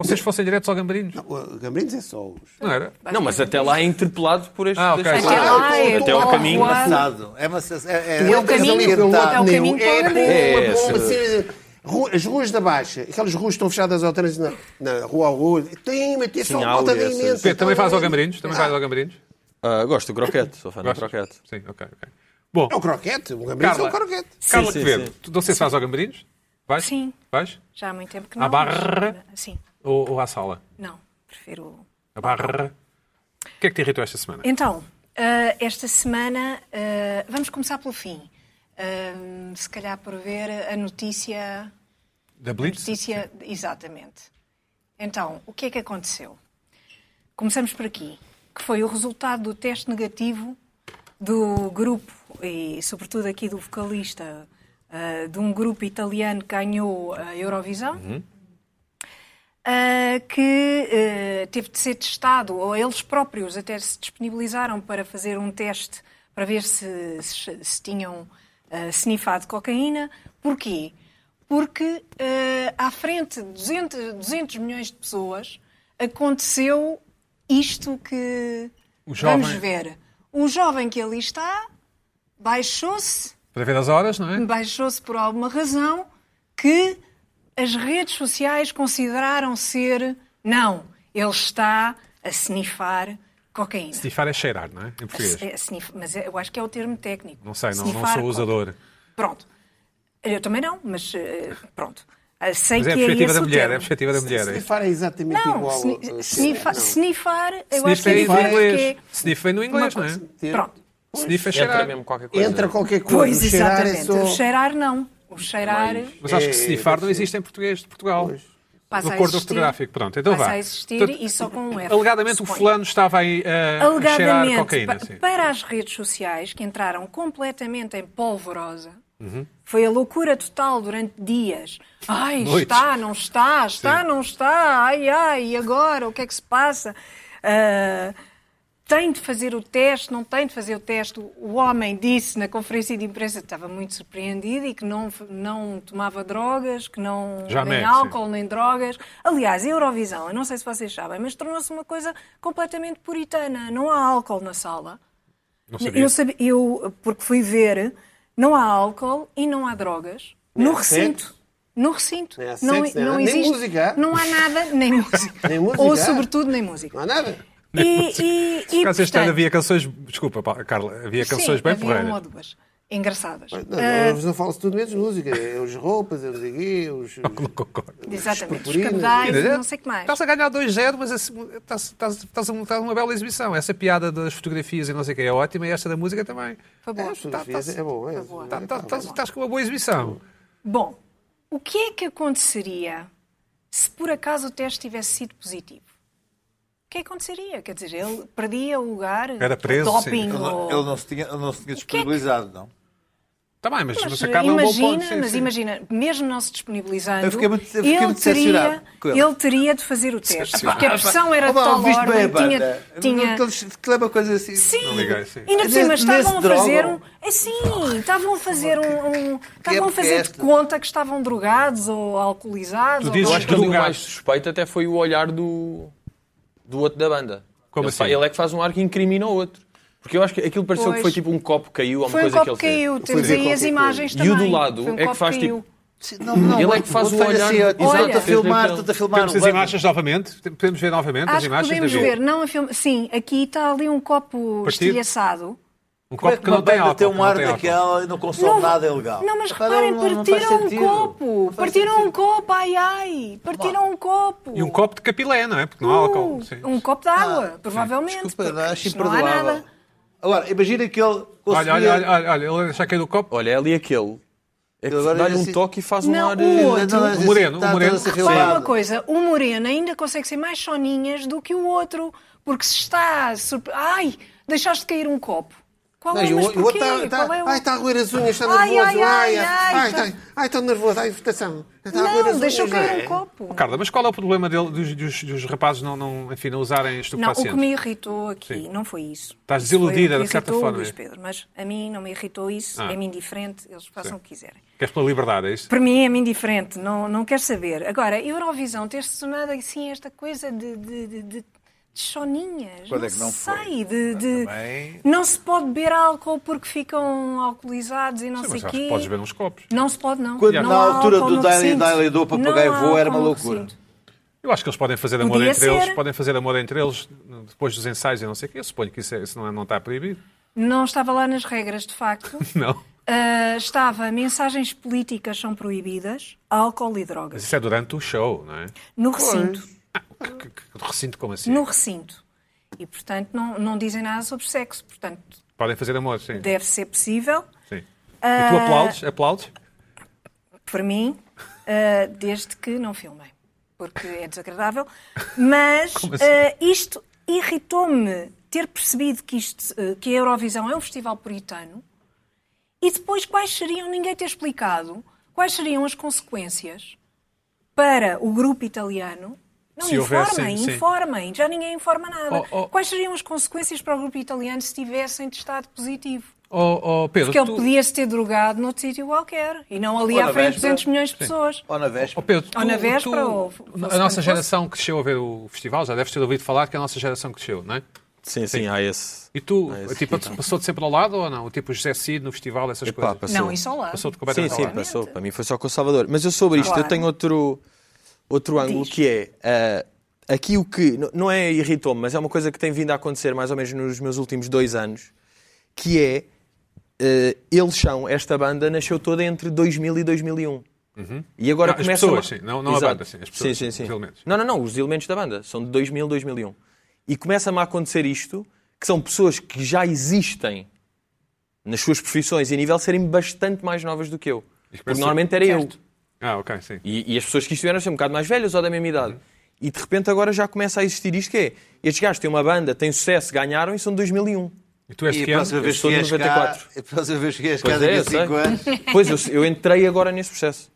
Speaker 1: Vocês fossem diretos ao Gambarinos. Não,
Speaker 2: O Gambrinhos é só os.
Speaker 1: era?
Speaker 5: Não, mas até lá é interpelado por este.
Speaker 1: Ah, ok.
Speaker 5: deste-
Speaker 3: Até lá é
Speaker 5: Até ao caminho.
Speaker 3: povoado.
Speaker 4: Amassado. É uma sensação- é-
Speaker 2: Tu um
Speaker 4: é-
Speaker 3: o
Speaker 2: entras
Speaker 3: caminho,
Speaker 2: ali pelo
Speaker 3: é o
Speaker 2: lado
Speaker 3: caminho
Speaker 2: negro, é
Speaker 3: para o
Speaker 2: bom,
Speaker 5: Brasil.
Speaker 2: é bom,
Speaker 5: É,
Speaker 2: assim, ru- As ruas da Baixa, aquelas ruas que estão fechadas ao trânsito na, na rua ao rua, tem, mas tem só
Speaker 5: Sim, há
Speaker 2: malta
Speaker 5: áurea,
Speaker 2: bem
Speaker 5: sim.
Speaker 2: imensa.
Speaker 1: Pedro, também faz ao
Speaker 2: ao
Speaker 1: Gambarinos? Também faz ao Gambarinos?
Speaker 5: Ah, gosto do croquete, sou fã do
Speaker 1: Gostas?
Speaker 5: croquete.
Speaker 1: Sim, ok, ok. Bom,
Speaker 2: É o croquete, o Gambrinhos é
Speaker 1: Carla.
Speaker 2: o croquete.
Speaker 1: Carla
Speaker 5: sim,
Speaker 1: Quevedo,
Speaker 5: sim.
Speaker 1: tu não sei se faz ao Gambarinos? Vais?
Speaker 3: Sim.
Speaker 1: Vais?
Speaker 3: Já há muito tempo que
Speaker 1: À
Speaker 3: não.
Speaker 1: barra?
Speaker 3: mas- Sim.
Speaker 1: Ou, ou à sala?
Speaker 3: Não, prefiro. o-
Speaker 1: A barra. O que é que te irritou esta semana?
Speaker 3: Então, ah, esta semana, ah, vamos começar pelo fim. Ah, se calhar por ver a notícia
Speaker 1: Da
Speaker 3: A
Speaker 1: Blitz?
Speaker 3: notícia, exatamente. Então, o que é que aconteceu? Começamos por aqui, que foi o resultado do teste negativo do grupo, e sobretudo aqui do vocalista, ah, de um grupo italiano que ganhou a Eurovisão, ah, que ah, teve de ser testado, ou eles próprios até se disponibilizaram para fazer um teste para ver se, se- se tinham ah, snifado cocaína. Porquê? Porque ah, à frente de 200, 200 milhões de pessoas aconteceu isto que
Speaker 1: O jovem-
Speaker 3: vamos ver. O jovem que ali está baixou-se
Speaker 1: Para ver as horas, não é?
Speaker 3: baixou-se por alguma razão que as redes sociais consideraram ser não, ele está a snifar cocaína.
Speaker 1: Estifar é cheirar, não é? Em
Speaker 3: A-
Speaker 1: português.
Speaker 3: a sniff- mas eu acho que é o termo técnico.
Speaker 1: Não sei, não- não
Speaker 3: Sniffar
Speaker 1: sou usador.
Speaker 3: coca. Pronto. Eu também não, mas eh, pronto. Ah, Sei
Speaker 1: Mas é a
Speaker 3: que é
Speaker 1: perspectiva da
Speaker 3: esse o
Speaker 1: mulher,
Speaker 3: termo.
Speaker 1: é a perspectiva da mulher. é.
Speaker 2: Snifar é exatamente
Speaker 3: Não,
Speaker 2: igual.
Speaker 3: sni-
Speaker 2: ao-
Speaker 3: snifar,
Speaker 2: não.
Speaker 3: snifar, eu acho
Speaker 1: Sniff
Speaker 3: que
Speaker 1: é
Speaker 3: é
Speaker 1: em
Speaker 3: diferente.
Speaker 1: inglês.
Speaker 3: porque
Speaker 1: Sniff é no inglês, não
Speaker 3: uma
Speaker 1: é?
Speaker 3: coisa- Pronto.
Speaker 1: Sniff é
Speaker 5: Entra
Speaker 1: cheirar.
Speaker 5: mesmo qualquer coisa.
Speaker 2: Entra qualquer coisa.
Speaker 3: Pois,
Speaker 2: o cheirar é
Speaker 3: exatamente.
Speaker 2: só-
Speaker 3: O cheirar não. O cheirar...
Speaker 1: Mas acho que é snifar não existe em português de Portugal.
Speaker 3: Passa
Speaker 1: no
Speaker 3: a
Speaker 1: acordo
Speaker 3: existir.
Speaker 1: ortográfico, pronto. Então
Speaker 3: Passa
Speaker 1: vá.
Speaker 3: a existir
Speaker 1: Portanto,
Speaker 3: e só com um F.
Speaker 1: Alegadamente o
Speaker 3: suponho.
Speaker 1: fulano estava aí eh, a cheirar
Speaker 3: Alegadamente,
Speaker 1: cocaína.
Speaker 3: pa-
Speaker 1: sim.
Speaker 3: para as redes sociais, que entraram completamente em polvorosa,
Speaker 1: Uhum.
Speaker 3: foi a loucura total durante dias. Ai,
Speaker 1: Noites.
Speaker 3: está, não está, está, não está, ai, ai, e agora? O que é que se passa? Ah, tem de fazer o teste, não tem de fazer o teste. O homem disse na conferência de imprensa que estava muito surpreendido e que não, não tomava drogas, que não
Speaker 1: Jamais,
Speaker 3: nem
Speaker 1: sim.
Speaker 3: álcool, nem drogas. Aliás, a Eurovisão, eu não sei se vocês sabem, mas tornou-se uma coisa completamente puritana. Não há álcool na sala.
Speaker 1: Não sabia.
Speaker 3: Eu, sabi- eu, porque fui ver, não há álcool e não há drogas. no
Speaker 2: há
Speaker 3: recinto.
Speaker 2: sexo.
Speaker 3: No recinto.
Speaker 2: Nem há
Speaker 3: não,
Speaker 2: sexo, nem
Speaker 3: não
Speaker 2: nada. Nem
Speaker 3: existe.
Speaker 2: música.
Speaker 3: Não há nada, nem música.
Speaker 2: Nem música.
Speaker 3: Ou, sobretudo, nem música.
Speaker 2: Não há nada.
Speaker 3: E, e,
Speaker 1: Por
Speaker 3: e,
Speaker 1: acaso este ano
Speaker 3: portanto,
Speaker 1: havia canções. Desculpa, pá, Carla, havia canções
Speaker 3: sim,
Speaker 1: bem
Speaker 3: havia um uma ou
Speaker 1: porreiras.
Speaker 3: duas. Engraçadas.
Speaker 2: Não,
Speaker 3: Ah.
Speaker 2: não, não falo-se tudo menos música. É os roupas, é os aqui, os.
Speaker 1: Tá,
Speaker 3: Ah, exatamente. Os
Speaker 2: purpurinos.
Speaker 3: cabedais, Ah, não sei o que mais.
Speaker 1: Estás a ganhar 2-0, mas esse- estás estás- estás a montar uma bela exibição. Essa piada das fotografias e não sei o que é ótima e esta da música também.
Speaker 3: Foi boa.
Speaker 2: As fotografias é bom, é.
Speaker 3: boa.
Speaker 1: Tá- tá- Estás estás com uma boa exibição.
Speaker 3: Bom, o que é que aconteceria se por acaso o teste tivesse sido positivo? O que é que aconteceria? Quer dizer, ele perdia o lugar,
Speaker 1: Era preso,
Speaker 3: ao doping,
Speaker 1: sim.
Speaker 4: Ele
Speaker 3: ou...
Speaker 4: não- ele não se tinha, ele não se tinha
Speaker 3: é
Speaker 4: disponibilizado, não.
Speaker 1: Está bem, mas,
Speaker 3: Mas
Speaker 1: mas a Carla é um bom
Speaker 3: imagina,
Speaker 1: ponto. sim,
Speaker 3: mas
Speaker 1: sim.
Speaker 3: imagina, mesmo não se disponibilizando,
Speaker 4: Eu fiquei muito- eu fiquei
Speaker 3: ele,
Speaker 4: muito decepcionado
Speaker 3: teria,
Speaker 4: com ele.
Speaker 3: ele teria de fazer o teste, porque a pressão era de
Speaker 4: Opa,
Speaker 3: tal
Speaker 4: viste
Speaker 3: ordem,
Speaker 4: bem,
Speaker 3: tinha...
Speaker 4: banda?
Speaker 3: tinha...
Speaker 4: Aqueles- aquilo é uma coisa assim.
Speaker 3: Sim,
Speaker 1: Não liguei, sim.
Speaker 3: ainda por cima
Speaker 4: Nesse-
Speaker 3: estavam a
Speaker 4: nesse
Speaker 3: fazer um.
Speaker 4: drogo.
Speaker 3: É, Sim, estavam a fazer um. um- Estavam a fazer de
Speaker 4: festa.
Speaker 3: conta que estavam drogados ou alcoolizados.
Speaker 1: Tu
Speaker 3: ou
Speaker 1: dizes
Speaker 5: Eu
Speaker 3: não-
Speaker 5: acho que
Speaker 1: Do
Speaker 5: o
Speaker 1: gato.
Speaker 5: mais suspeito até foi o olhar do, do outro da banda.
Speaker 1: Como
Speaker 5: ele, fa-
Speaker 1: assim?
Speaker 5: ele é que faz um ar que incrimina o outro. Porque eu acho que aquilo pareceu que foi
Speaker 3: Pois.
Speaker 5: tipo um copo que caiu ou uma
Speaker 3: Foi um
Speaker 5: coisa
Speaker 3: copo que
Speaker 5: que ele
Speaker 3: caiu,
Speaker 5: fez.
Speaker 3: temos
Speaker 2: ver
Speaker 3: aí as
Speaker 2: qualquer
Speaker 3: imagens
Speaker 5: coisa. E
Speaker 3: também.
Speaker 5: o do lado
Speaker 3: Foi um
Speaker 5: é que
Speaker 3: copo
Speaker 5: faz,
Speaker 3: caiu.
Speaker 4: Sim, Não, não,
Speaker 5: Ele é que faz
Speaker 4: não
Speaker 5: o
Speaker 4: faz
Speaker 5: olhar.
Speaker 4: assim, ó,
Speaker 5: Olha.
Speaker 4: Estás a filmar, estás a filmar.
Speaker 1: Temos as
Speaker 4: vai-
Speaker 1: imagens novamente? Tem- Podemos ver novamente as
Speaker 3: Acho que
Speaker 1: imagens?
Speaker 3: podemos
Speaker 1: David?
Speaker 3: ver, não a filme. Sim, aqui está ali um copo
Speaker 1: Partido.
Speaker 3: estilhaçado.
Speaker 1: Um
Speaker 4: Como
Speaker 1: copo
Speaker 4: é que
Speaker 1: que
Speaker 4: uma
Speaker 1: não tem
Speaker 4: banda
Speaker 1: álcool.
Speaker 4: tem
Speaker 1: que
Speaker 4: um
Speaker 1: não
Speaker 4: ar
Speaker 1: tem álcool.
Speaker 4: daquela e não consome nada é legal?
Speaker 3: Não, mas
Speaker 4: Repara,
Speaker 3: reparem,
Speaker 4: não- não faz
Speaker 3: partiram um
Speaker 4: sentido.
Speaker 3: copo.
Speaker 4: Não faz
Speaker 3: Partiram um
Speaker 4: sentido.
Speaker 3: copo, ai ai. Partiram um copo.
Speaker 1: E um copo de capilé, não é? Porque não há álcool.
Speaker 3: Uh,
Speaker 1: Sim.
Speaker 3: Um copo de água, provavelmente.
Speaker 4: Ah, Desculpa,
Speaker 3: porque
Speaker 4: acho
Speaker 3: isto não há
Speaker 4: imperdoável.
Speaker 3: nada.
Speaker 4: Agora, imagina que ele
Speaker 1: Olha,
Speaker 4: conseguia...
Speaker 1: olha, olha, olha, olha, ele já caiu do copo.
Speaker 5: Olha, é ali aquele. É que
Speaker 4: Ele agora
Speaker 5: dá-lhe um
Speaker 4: disse-
Speaker 5: toque e faz um
Speaker 3: assim. Não,
Speaker 5: ar.
Speaker 3: o
Speaker 5: eh,
Speaker 3: outro.
Speaker 1: O moreno, o moreno.
Speaker 3: Repara uma coisa, o moreno ainda consegue ser mais soninhas do que o outro, porque se está... surpre- Ai, deixaste cair um copo. Qual
Speaker 2: Não,
Speaker 3: é,
Speaker 2: e o
Speaker 3: mas
Speaker 2: o outro
Speaker 3: porquê?
Speaker 2: está
Speaker 3: Qual é o...
Speaker 2: ai, tá, está a roer as unhas, está
Speaker 3: Ai,
Speaker 2: nervoso. Ai,
Speaker 3: ai, ai, ai,
Speaker 2: ai,
Speaker 3: está-
Speaker 2: ai, ai, estou nervoso. Ai, votação. Está a roer as
Speaker 3: Não,
Speaker 2: unhas,
Speaker 3: deixou
Speaker 2: não
Speaker 3: cair
Speaker 2: é?
Speaker 3: um copo.
Speaker 1: Carla, mas qual é o problema dele, dos, dos- dos rapazes não, não, enfim, não usarem
Speaker 3: Não, o
Speaker 1: estupefacientes?
Speaker 3: que me irritou aqui não foi isso.
Speaker 1: Estás
Speaker 3: Isso foi o
Speaker 1: desiludida,
Speaker 3: que
Speaker 1: de certa
Speaker 3: irritou o
Speaker 1: forma. é?
Speaker 3: Luís Pedro, mas a mim não me irritou isso,
Speaker 1: Ah.
Speaker 3: é-me indiferente, eles façam o que quiserem.
Speaker 1: Queres pela liberdade, é isto?
Speaker 3: Para mim é-me indiferente, não, não quero saber. Agora, Eurovisão ter-se tornado assim esta coisa de, de, de, de- de choninhas.
Speaker 10: Quando é que não foi?
Speaker 3: sei, de- de-
Speaker 10: também-
Speaker 3: Não se pode beber álcool porque ficam alcoolizados e não
Speaker 1: Sim,
Speaker 3: sei
Speaker 1: mas
Speaker 3: o
Speaker 1: acho que
Speaker 3: quê.
Speaker 1: podes ver uns copos.
Speaker 10: um
Speaker 3: Não se pode, não.
Speaker 4: Quando
Speaker 3: Não
Speaker 4: na
Speaker 3: há
Speaker 4: altura
Speaker 3: álcool
Speaker 4: do
Speaker 3: no que
Speaker 4: Daily
Speaker 3: sinto.
Speaker 4: Daily do Papagaio
Speaker 3: Não há
Speaker 4: Voa era uma
Speaker 3: álcool no que
Speaker 4: loucura.
Speaker 3: sinto.
Speaker 1: Eu acho que eles podem fazer amor
Speaker 3: Podia
Speaker 1: entre eles,
Speaker 3: ser.
Speaker 1: podem fazer amor entre eles depois dos ensaios e não sei o quê. Eu suponho que isso, é- isso não, é- não está proibido.
Speaker 3: Não estava lá nas regras, de facto.
Speaker 1: Não.
Speaker 3: Ah, estava, mensagens políticas são proibidas, álcool e
Speaker 1: Mas
Speaker 3: drogas.
Speaker 1: isso é durante o show, não é?
Speaker 3: No recinto.
Speaker 1: Que, que, que recinto como assim?
Speaker 3: No recinto. E, portanto, não, não dizem nada sobre sexo. Portanto,
Speaker 1: Podem fazer amor, sim.
Speaker 3: deve ser possível.
Speaker 1: sim. E tu
Speaker 3: Ah,
Speaker 1: aplaudes? Aplaudes?
Speaker 3: Para mim, ah, desde que não filmem, porque é desagradável. Mas ah,
Speaker 1: assim?
Speaker 3: isto irritou-me ter percebido que, isto, ah, que a Eurovisão é um festival puritano e depois quais seriam, ninguém ter explicado, quais seriam as consequências para o grupo italiano. Não,
Speaker 1: Se
Speaker 3: informem,
Speaker 1: houvesse, sim, sim.
Speaker 3: informem, já ninguém informa nada.
Speaker 1: Oh, oh.
Speaker 3: Quais seriam as consequências para o grupo italiano se tivessem testado positivo?
Speaker 1: Oh, oh, Pedro,
Speaker 3: Porque é ele
Speaker 1: tu-
Speaker 3: podia-se ter drogado noutro sítio qualquer e não ali
Speaker 4: Ou
Speaker 3: à
Speaker 4: na
Speaker 3: frente de
Speaker 4: véspera.
Speaker 3: 200 milhões de pessoas.
Speaker 4: Ou na véspera.
Speaker 1: Oh, Pedro,
Speaker 3: Ou
Speaker 1: tu-
Speaker 3: na véspera,
Speaker 1: tu-
Speaker 3: ou fosse
Speaker 1: a
Speaker 3: quando
Speaker 1: nossa
Speaker 3: fosse.
Speaker 1: geração que cresceu a ver o festival, já deves ter ouvido falar que é a nossa geração que cresceu, não é?
Speaker 5: Sim, sim, há esse.
Speaker 1: E tu,
Speaker 5: Ah, esse
Speaker 1: tipo,
Speaker 5: tipo.
Speaker 1: passou-te sempre ao lado ou não? O tipo José Cid no festival, essas
Speaker 5: Epá,
Speaker 1: coisas?
Speaker 5: passou.
Speaker 3: Não, isso ao lado.
Speaker 1: Passou-te
Speaker 5: Sim,
Speaker 1: completamente
Speaker 5: sim,
Speaker 1: ao lado.
Speaker 5: passou. Para mim foi só com o Salvador. Mas eu sobre isto,
Speaker 3: Claro.
Speaker 5: eu tenho outro, outro ângulo que é. ah, aqui o que. n- Não é irritou-me, mas é uma coisa que tem vindo a acontecer mais ou menos nos meus últimos dois anos. Que é. ah, eles são. Esta banda nasceu toda entre 2000 e 2001. E agora
Speaker 1: Uhum. Não, as
Speaker 5: começa.
Speaker 1: pessoas,
Speaker 5: uma-
Speaker 1: sim, não- não a
Speaker 5: Exato.
Speaker 1: banda, sim, as pessoas,
Speaker 5: sim, sim.
Speaker 1: os elementos.
Speaker 5: Não, não, não, os elementos da banda. São de 2000, 2001. E começa-me a acontecer isto, que são pessoas que já existem nas suas profissões e a nível serem bastante mais novas do que eu. Porque
Speaker 1: parece-
Speaker 5: normalmente era eu.
Speaker 1: Ah, ok, sim.
Speaker 5: E, e as pessoas que estiveram são um bocado mais velhas ou da mesma idade. E de repente agora já começa a existir isto que é, estes gajos têm uma banda, têm sucesso, ganharam e um. são de 2001.
Speaker 1: E tu és
Speaker 4: E
Speaker 1: de
Speaker 4: a
Speaker 1: que ano?
Speaker 4: próxima
Speaker 5: Eu
Speaker 4: vez que
Speaker 5: sou de
Speaker 4: vies cá,
Speaker 5: 94.
Speaker 4: a próxima vez que vies
Speaker 5: Pois
Speaker 4: cá daqui
Speaker 5: é,
Speaker 4: a
Speaker 5: eu
Speaker 4: 5
Speaker 5: sei.
Speaker 4: anos,
Speaker 5: Pois, eu, eu entrei agora nesse processo.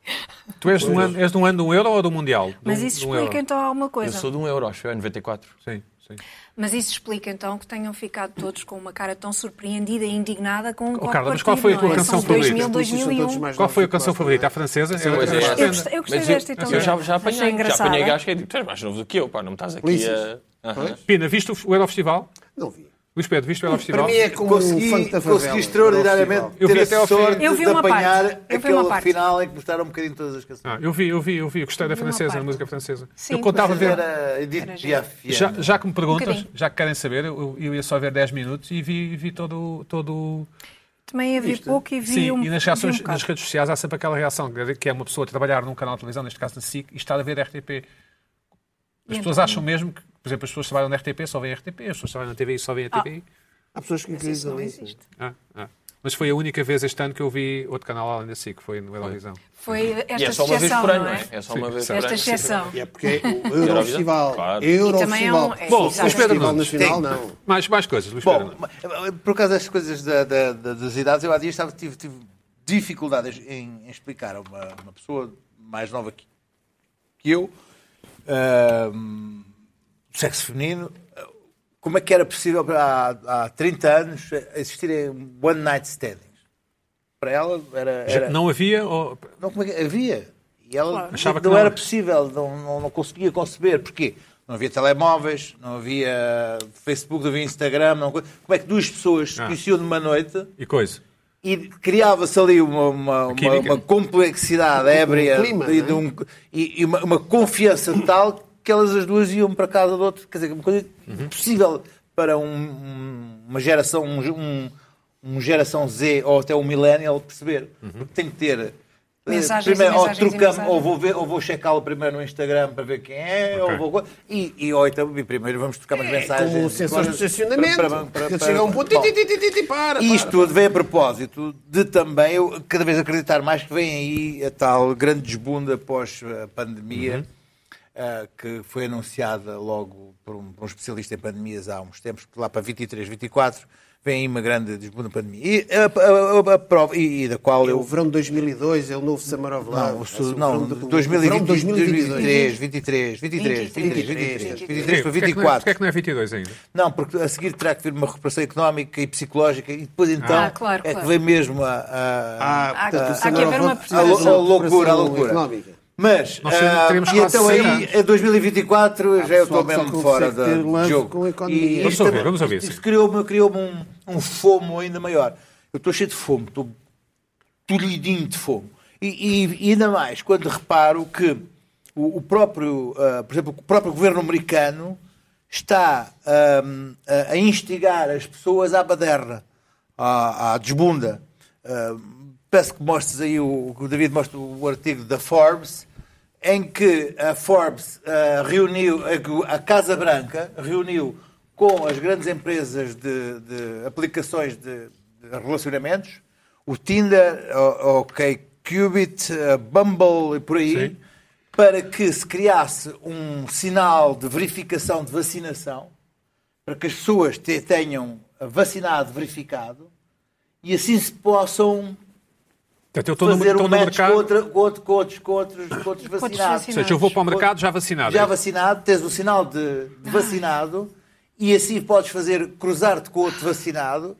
Speaker 1: Tu és de um ano, és de um ano de um euro ou do Mundial? De
Speaker 3: Mas
Speaker 1: um-
Speaker 3: isso
Speaker 1: de um
Speaker 3: explica
Speaker 1: euro.
Speaker 3: então alguma
Speaker 5: Eu
Speaker 3: coisa.
Speaker 5: sou de um euro, acho eu, é 94.
Speaker 1: Sim, sim.
Speaker 3: Mas isso explica então que tenham ficado todos com uma cara tão surpreendida e indignada com um copo
Speaker 1: Carla, mas
Speaker 3: partido,
Speaker 1: qual foi a tua
Speaker 3: não é?
Speaker 1: canção
Speaker 3: São 2000,
Speaker 1: favorita?
Speaker 3: 2001.
Speaker 2: Todos mais
Speaker 1: Qual
Speaker 2: novos
Speaker 1: foi a
Speaker 2: que
Speaker 1: canção
Speaker 2: nós,
Speaker 1: favorita?
Speaker 2: não
Speaker 1: A francesa?
Speaker 5: Eu,
Speaker 1: Eu- eu-
Speaker 5: eu-
Speaker 1: eu-
Speaker 3: gostei- eu gostei
Speaker 5: é. mas
Speaker 3: desta
Speaker 5: Eu já,
Speaker 3: italiana.
Speaker 5: já apanhei,
Speaker 3: Achei
Speaker 5: já
Speaker 3: engraçada.
Speaker 5: apanhei gajo que é tipo, tu és mais novo do que eu, pá, não me estás aqui
Speaker 2: Ulisses.
Speaker 5: a... Aham.
Speaker 1: Pina, viste o o Eurofestival?
Speaker 2: Não vi.
Speaker 1: Luís Pedro, viste o
Speaker 2: Para
Speaker 1: Eurofestival?
Speaker 2: mim é como um funk
Speaker 4: consegui,
Speaker 2: da favela.
Speaker 4: consegui extraordinariamente
Speaker 1: Eu vi
Speaker 4: ter a
Speaker 1: até ao fim.
Speaker 4: sorte
Speaker 3: Eu vi
Speaker 4: de
Speaker 3: uma parte.
Speaker 4: apanhar
Speaker 3: Eu vi uma
Speaker 4: aquele
Speaker 3: parte.
Speaker 4: final em que mostraram um bocadinho todas as canções.
Speaker 1: Ah, eu vi, eu vi, eu vi. Eu gostei da
Speaker 3: Numa
Speaker 1: francesa, da
Speaker 3: parte.
Speaker 1: música francesa.
Speaker 3: Sim,
Speaker 1: eu contava a ver...
Speaker 4: Era Edith
Speaker 3: Era Um
Speaker 4: Piaf.
Speaker 1: Já, já que me perguntas,
Speaker 3: bocadinho.
Speaker 1: já que querem saber, eu, eu ia só ver 10 minutos e vi, vi todo, todo...
Speaker 3: Também havia pouco e vi
Speaker 1: Sim,
Speaker 3: um
Speaker 1: e nas,
Speaker 3: vi um
Speaker 1: reações,
Speaker 3: bocado.
Speaker 1: nas redes sociais há sempre aquela reação que é uma pessoa a trabalhar num canal de televisão, neste caso na SIC, e estar a ver RTP. As pessoas
Speaker 3: Então.
Speaker 1: acham mesmo que, por exemplo, as pessoas trabalham na RTP só veem RTP, as pessoas trabalham na TV e só veem a TV.
Speaker 2: Há pessoas que utilizam isso.
Speaker 1: Ah, ah. Mas foi a única vez este ano que eu vi outro canal além da SIC, foi no Eurovisão.
Speaker 3: Foi
Speaker 5: E
Speaker 3: esta
Speaker 5: é só uma vez
Speaker 3: exceção,
Speaker 5: por ano,
Speaker 3: não é?
Speaker 5: É só uma vez por ano.
Speaker 3: Esta exceção.
Speaker 2: É porque é o Eurofestival.
Speaker 5: Claro.
Speaker 3: também é um-
Speaker 2: Eurofestival.
Speaker 3: é,
Speaker 1: Bom,
Speaker 3: exato.
Speaker 1: Luís Pedro
Speaker 2: Festival
Speaker 1: Nunes.
Speaker 2: Nacional, não.
Speaker 1: Mais, mais coisas, Luís Pedro.
Speaker 4: Bom, eh,
Speaker 1: Nunes.
Speaker 4: por causa das coisas da- da- da- das idades, eu há dias estava, tive, tive dificuldades em, em explicar a uma, uma pessoa mais nova que, que eu, ahm, do sexo feminino, ah, como é que era possível há, há 30 anos existirem one night standings. Para ela era.
Speaker 1: Já
Speaker 4: era-
Speaker 1: Não havia. ou-
Speaker 4: não, como é que- havia. E ela dizia
Speaker 1: Achava
Speaker 4: que
Speaker 1: que
Speaker 4: não,
Speaker 1: não.
Speaker 4: era possível, não, não, não conseguia conceber. Porquê? Não não havia telemóveis, não havia Facebook, não havia Instagram. não- Como é que duas pessoas se
Speaker 1: Ah.
Speaker 4: conheciam numa noite
Speaker 1: E coisa.
Speaker 4: e criava-se ali uma, uma, uma-
Speaker 1: química.
Speaker 4: uma complexidade ébria
Speaker 2: clima,
Speaker 4: e,
Speaker 2: não é?
Speaker 4: de um- e- e uma, uma confiança tal que elas as duas iam para casa do outro. Quer dizer, uma coisa impossível para um- um- uma geração, um, ge- um- um geração Z ou até um millennial perceber. Porque tem que ter. eh,
Speaker 3: Mensagens e
Speaker 4: primeiro, ou
Speaker 3: mensagens e
Speaker 4: trocamos,
Speaker 3: mensagens.
Speaker 4: ou vou, ver- ou vou checá-lo primeiro no Instagram para ver quem é, ou vou. co- E, e, ou então, e primeiro vamos trocar umas mensagens.
Speaker 2: É, Com o sensor de
Speaker 4: Para-
Speaker 2: estacionamento.
Speaker 4: para- para- para-
Speaker 2: que chega a um ponto. ti,
Speaker 4: Bom,
Speaker 2: ti, ti, ti, ti, ti, para, para.
Speaker 4: isto tudo vem a propósito de também eu cada vez acreditar mais que vem aí a tal grande desbunda após a pandemia,
Speaker 2: Uhum.
Speaker 4: ah, que foi anunciada logo por um, por um especialista em pandemias há uns tempos, lá para 23, 24, vem aí uma grande desbunda de pandemia. E, a, a- a- a prova, e, e da qual
Speaker 2: É
Speaker 4: eu
Speaker 2: o verão de 2002, é o novo Samarov lá.
Speaker 4: não, o
Speaker 2: Parece
Speaker 4: su-
Speaker 2: um
Speaker 4: não,
Speaker 2: verão de- o verão
Speaker 4: 2020,
Speaker 2: de 2022.
Speaker 4: 2023, 23, 23, 23, 23, 23
Speaker 1: Porquê? Porquê
Speaker 4: para
Speaker 1: é que não é-
Speaker 4: 24.
Speaker 1: Porquê é que não é 22 ainda?
Speaker 4: Não, porque a seguir terá que vir uma recuperação económica e psicológica e depois então
Speaker 3: Ah, claro,
Speaker 4: é que
Speaker 3: claro.
Speaker 4: vem mesmo a, a-
Speaker 2: Ah, portanto,
Speaker 3: Há-
Speaker 2: o
Speaker 3: há que
Speaker 2: Samarov
Speaker 3: haver uma
Speaker 2: vai-
Speaker 4: a, lou- a
Speaker 2: recuperação
Speaker 4: é loucura, a loucura.
Speaker 2: económica.
Speaker 4: Mas,
Speaker 1: Nós
Speaker 4: ah,
Speaker 1: teremos
Speaker 4: e
Speaker 1: quase
Speaker 4: então
Speaker 1: cem
Speaker 4: aí,
Speaker 1: anos.
Speaker 4: em 2024, já eu estou
Speaker 2: pessoal que só
Speaker 4: mesmo
Speaker 2: consegue
Speaker 4: fora
Speaker 2: ter
Speaker 4: da- do
Speaker 2: lance
Speaker 4: jogo.
Speaker 2: com a economia.
Speaker 4: E
Speaker 1: Vamos
Speaker 4: isto
Speaker 1: ouvir,
Speaker 4: também-
Speaker 1: vamos ouvir,
Speaker 4: Isto
Speaker 1: sim.
Speaker 4: criou-me criou um, um fomo ainda maior. Eu estou cheio de fome, estou tolhidinho de fomo. E, e- e ainda mais, quando reparo que o, o próprio, ah, por exemplo, o próprio governo americano está ahm, a- a instigar as pessoas à baderna, à, à desbunda. Ah, peço que mostres aí, o, que o David mostra o artigo da Forbes, em que a Forbes ah, reuniu, a que a Casa Branca reuniu com as grandes empresas de, de aplicações de, de relacionamentos, o Tinder, o, o Qubit, a Bumble e por aí,
Speaker 1: Sim.
Speaker 4: para que se criasse um sinal de verificação de vacinação, para que as pessoas te- tenham vacinado, verificado, e assim se possam
Speaker 1: Portanto, eu estou no,
Speaker 4: fazer
Speaker 1: estou
Speaker 4: um
Speaker 1: no
Speaker 4: match com,
Speaker 1: mercado.
Speaker 4: outra, com, outro- com outros, com outros, com outros vacinados.
Speaker 1: Ou seja, eu vou para o mercado já vacinado.
Speaker 4: Já vacinado, tens o sinal de
Speaker 3: Ah.
Speaker 4: de vacinado e assim podes fazer cruzar-te com outro vacinado,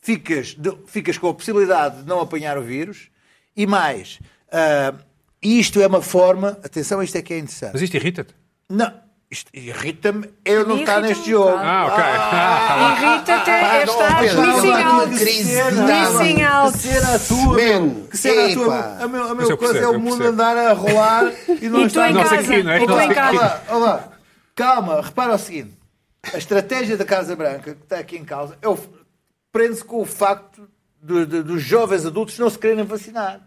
Speaker 4: ficas, de- ficas com a possibilidade de não apanhar o vírus e mais. ah, isto é uma forma. Atenção, isto é que é interessante.
Speaker 1: Mas isto irrita-te?
Speaker 4: Não, isto irrita-me eu não
Speaker 3: Me
Speaker 4: estar
Speaker 3: irrita
Speaker 4: neste
Speaker 3: um
Speaker 4: jogo.
Speaker 3: bocado.
Speaker 1: Ah, ok.
Speaker 3: Irrita-te esta
Speaker 2: Pedro,
Speaker 3: missing
Speaker 2: há uma
Speaker 3: out.
Speaker 2: crise
Speaker 3: Missing
Speaker 4: Que
Speaker 3: out.
Speaker 4: cena a tua,
Speaker 2: Man,
Speaker 4: meu. Que cena a tua.
Speaker 2: epa.
Speaker 4: A meu, a
Speaker 1: Mas
Speaker 4: meu
Speaker 1: eu
Speaker 4: coisa é
Speaker 1: percebo,
Speaker 4: o
Speaker 1: eu
Speaker 4: mundo
Speaker 1: percebo.
Speaker 4: andar a rolar e não
Speaker 3: E tu
Speaker 4: estar
Speaker 3: em
Speaker 1: Nós
Speaker 3: casa.
Speaker 1: aqui, não é?
Speaker 3: E tu
Speaker 1: Nós
Speaker 3: em
Speaker 1: aqui.
Speaker 3: casa.
Speaker 4: Olá, olá. Calma, repara o seguinte. A estratégia da Casa Branca que está aqui em causa é o- prende-se com o facto de- de- dos jovens adultos não se quererem vacinar.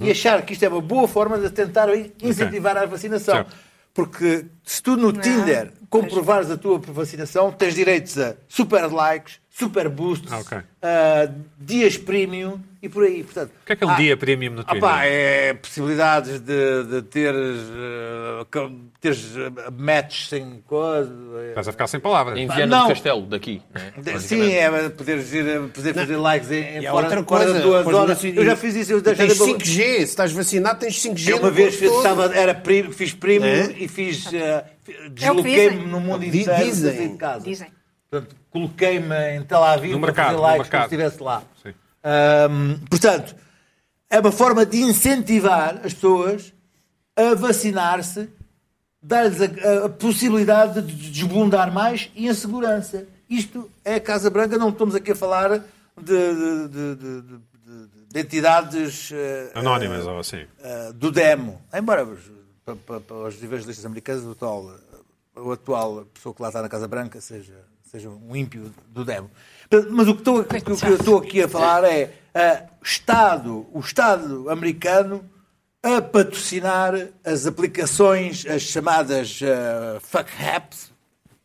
Speaker 4: E achar que isto é uma boa forma de tentar incentivar a vacinação.
Speaker 1: Certo.
Speaker 4: Porque se tu
Speaker 3: é?
Speaker 4: no Tinder comprovares a tua vacinação, tens direitos a super likes, super boosts,
Speaker 1: Ah, ok.
Speaker 4: a dias premium e por aí. Portanto,
Speaker 1: O que é que é um dia premium no Twitter?
Speaker 4: Opa, é possibilidades de, de teres, eh, com- teres eh, match sem coisa. eh.
Speaker 1: Estás a ficar sem palavras.
Speaker 5: Em
Speaker 1: pá.
Speaker 5: Viana
Speaker 4: não.
Speaker 5: do Castelo, daqui. né?
Speaker 4: De- Sim, é poderes, ir, poder fazer likes em, em
Speaker 2: E há
Speaker 4: fora,
Speaker 2: outra
Speaker 4: fora
Speaker 2: coisa.
Speaker 4: de duas
Speaker 2: pois
Speaker 4: horas.
Speaker 2: não se-
Speaker 4: Eu já fiz isso. Eu
Speaker 2: tens
Speaker 4: deixei de-
Speaker 2: 5G, se estás vacinado, tens 5G.
Speaker 4: Eu É uma
Speaker 2: no
Speaker 4: vez
Speaker 2: corpo
Speaker 4: fiz,
Speaker 2: todo.
Speaker 4: estava, era primo, fiz primo
Speaker 2: É?
Speaker 4: e fiz. eh, Desloquei-me
Speaker 3: dizem.
Speaker 4: no mundo
Speaker 2: Di-
Speaker 4: inteiro.
Speaker 2: dizem.
Speaker 4: saí de casa.
Speaker 3: Dizem.
Speaker 4: Portanto, coloquei-me em Tel Aviv
Speaker 1: No
Speaker 4: para
Speaker 1: mercado,
Speaker 4: fazer
Speaker 1: no
Speaker 4: likes como se
Speaker 1: mercado.
Speaker 4: estivesse lá.
Speaker 1: Sim.
Speaker 4: Ahm, portanto, é uma forma de incentivar as pessoas a vacinar-se, dar-lhes a, a- a possibilidade de de desbundar mais e em segurança. Isto é a Casa Branca, não estamos aqui a falar de, de- de- de- de- de- de entidades eh,
Speaker 1: Anónimas ou assim.
Speaker 4: eh, do demo. Embora para, para, para os evangelistas americanos, o atual, o atual pessoa que lá está na Casa Branca seja, seja um ímpio do demo. Portanto, Mas o que, estou, o que- o que eu estou aqui a falar é ah, o Estado, o Estado americano a patrocinar as aplicações, as chamadas ah, fuck apps,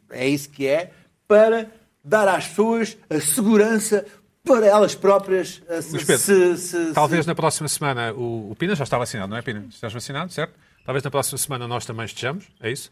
Speaker 4: é isso que é, para dar às pessoas a segurança para elas próprias ah, se,
Speaker 1: Mas, Pedro,
Speaker 4: se- se-
Speaker 1: Talvez na próxima semana o, o Pina já está vacinado, não é, Pina? Estás vacinado, certo? Talvez na próxima semana nós também estejamos, é isso?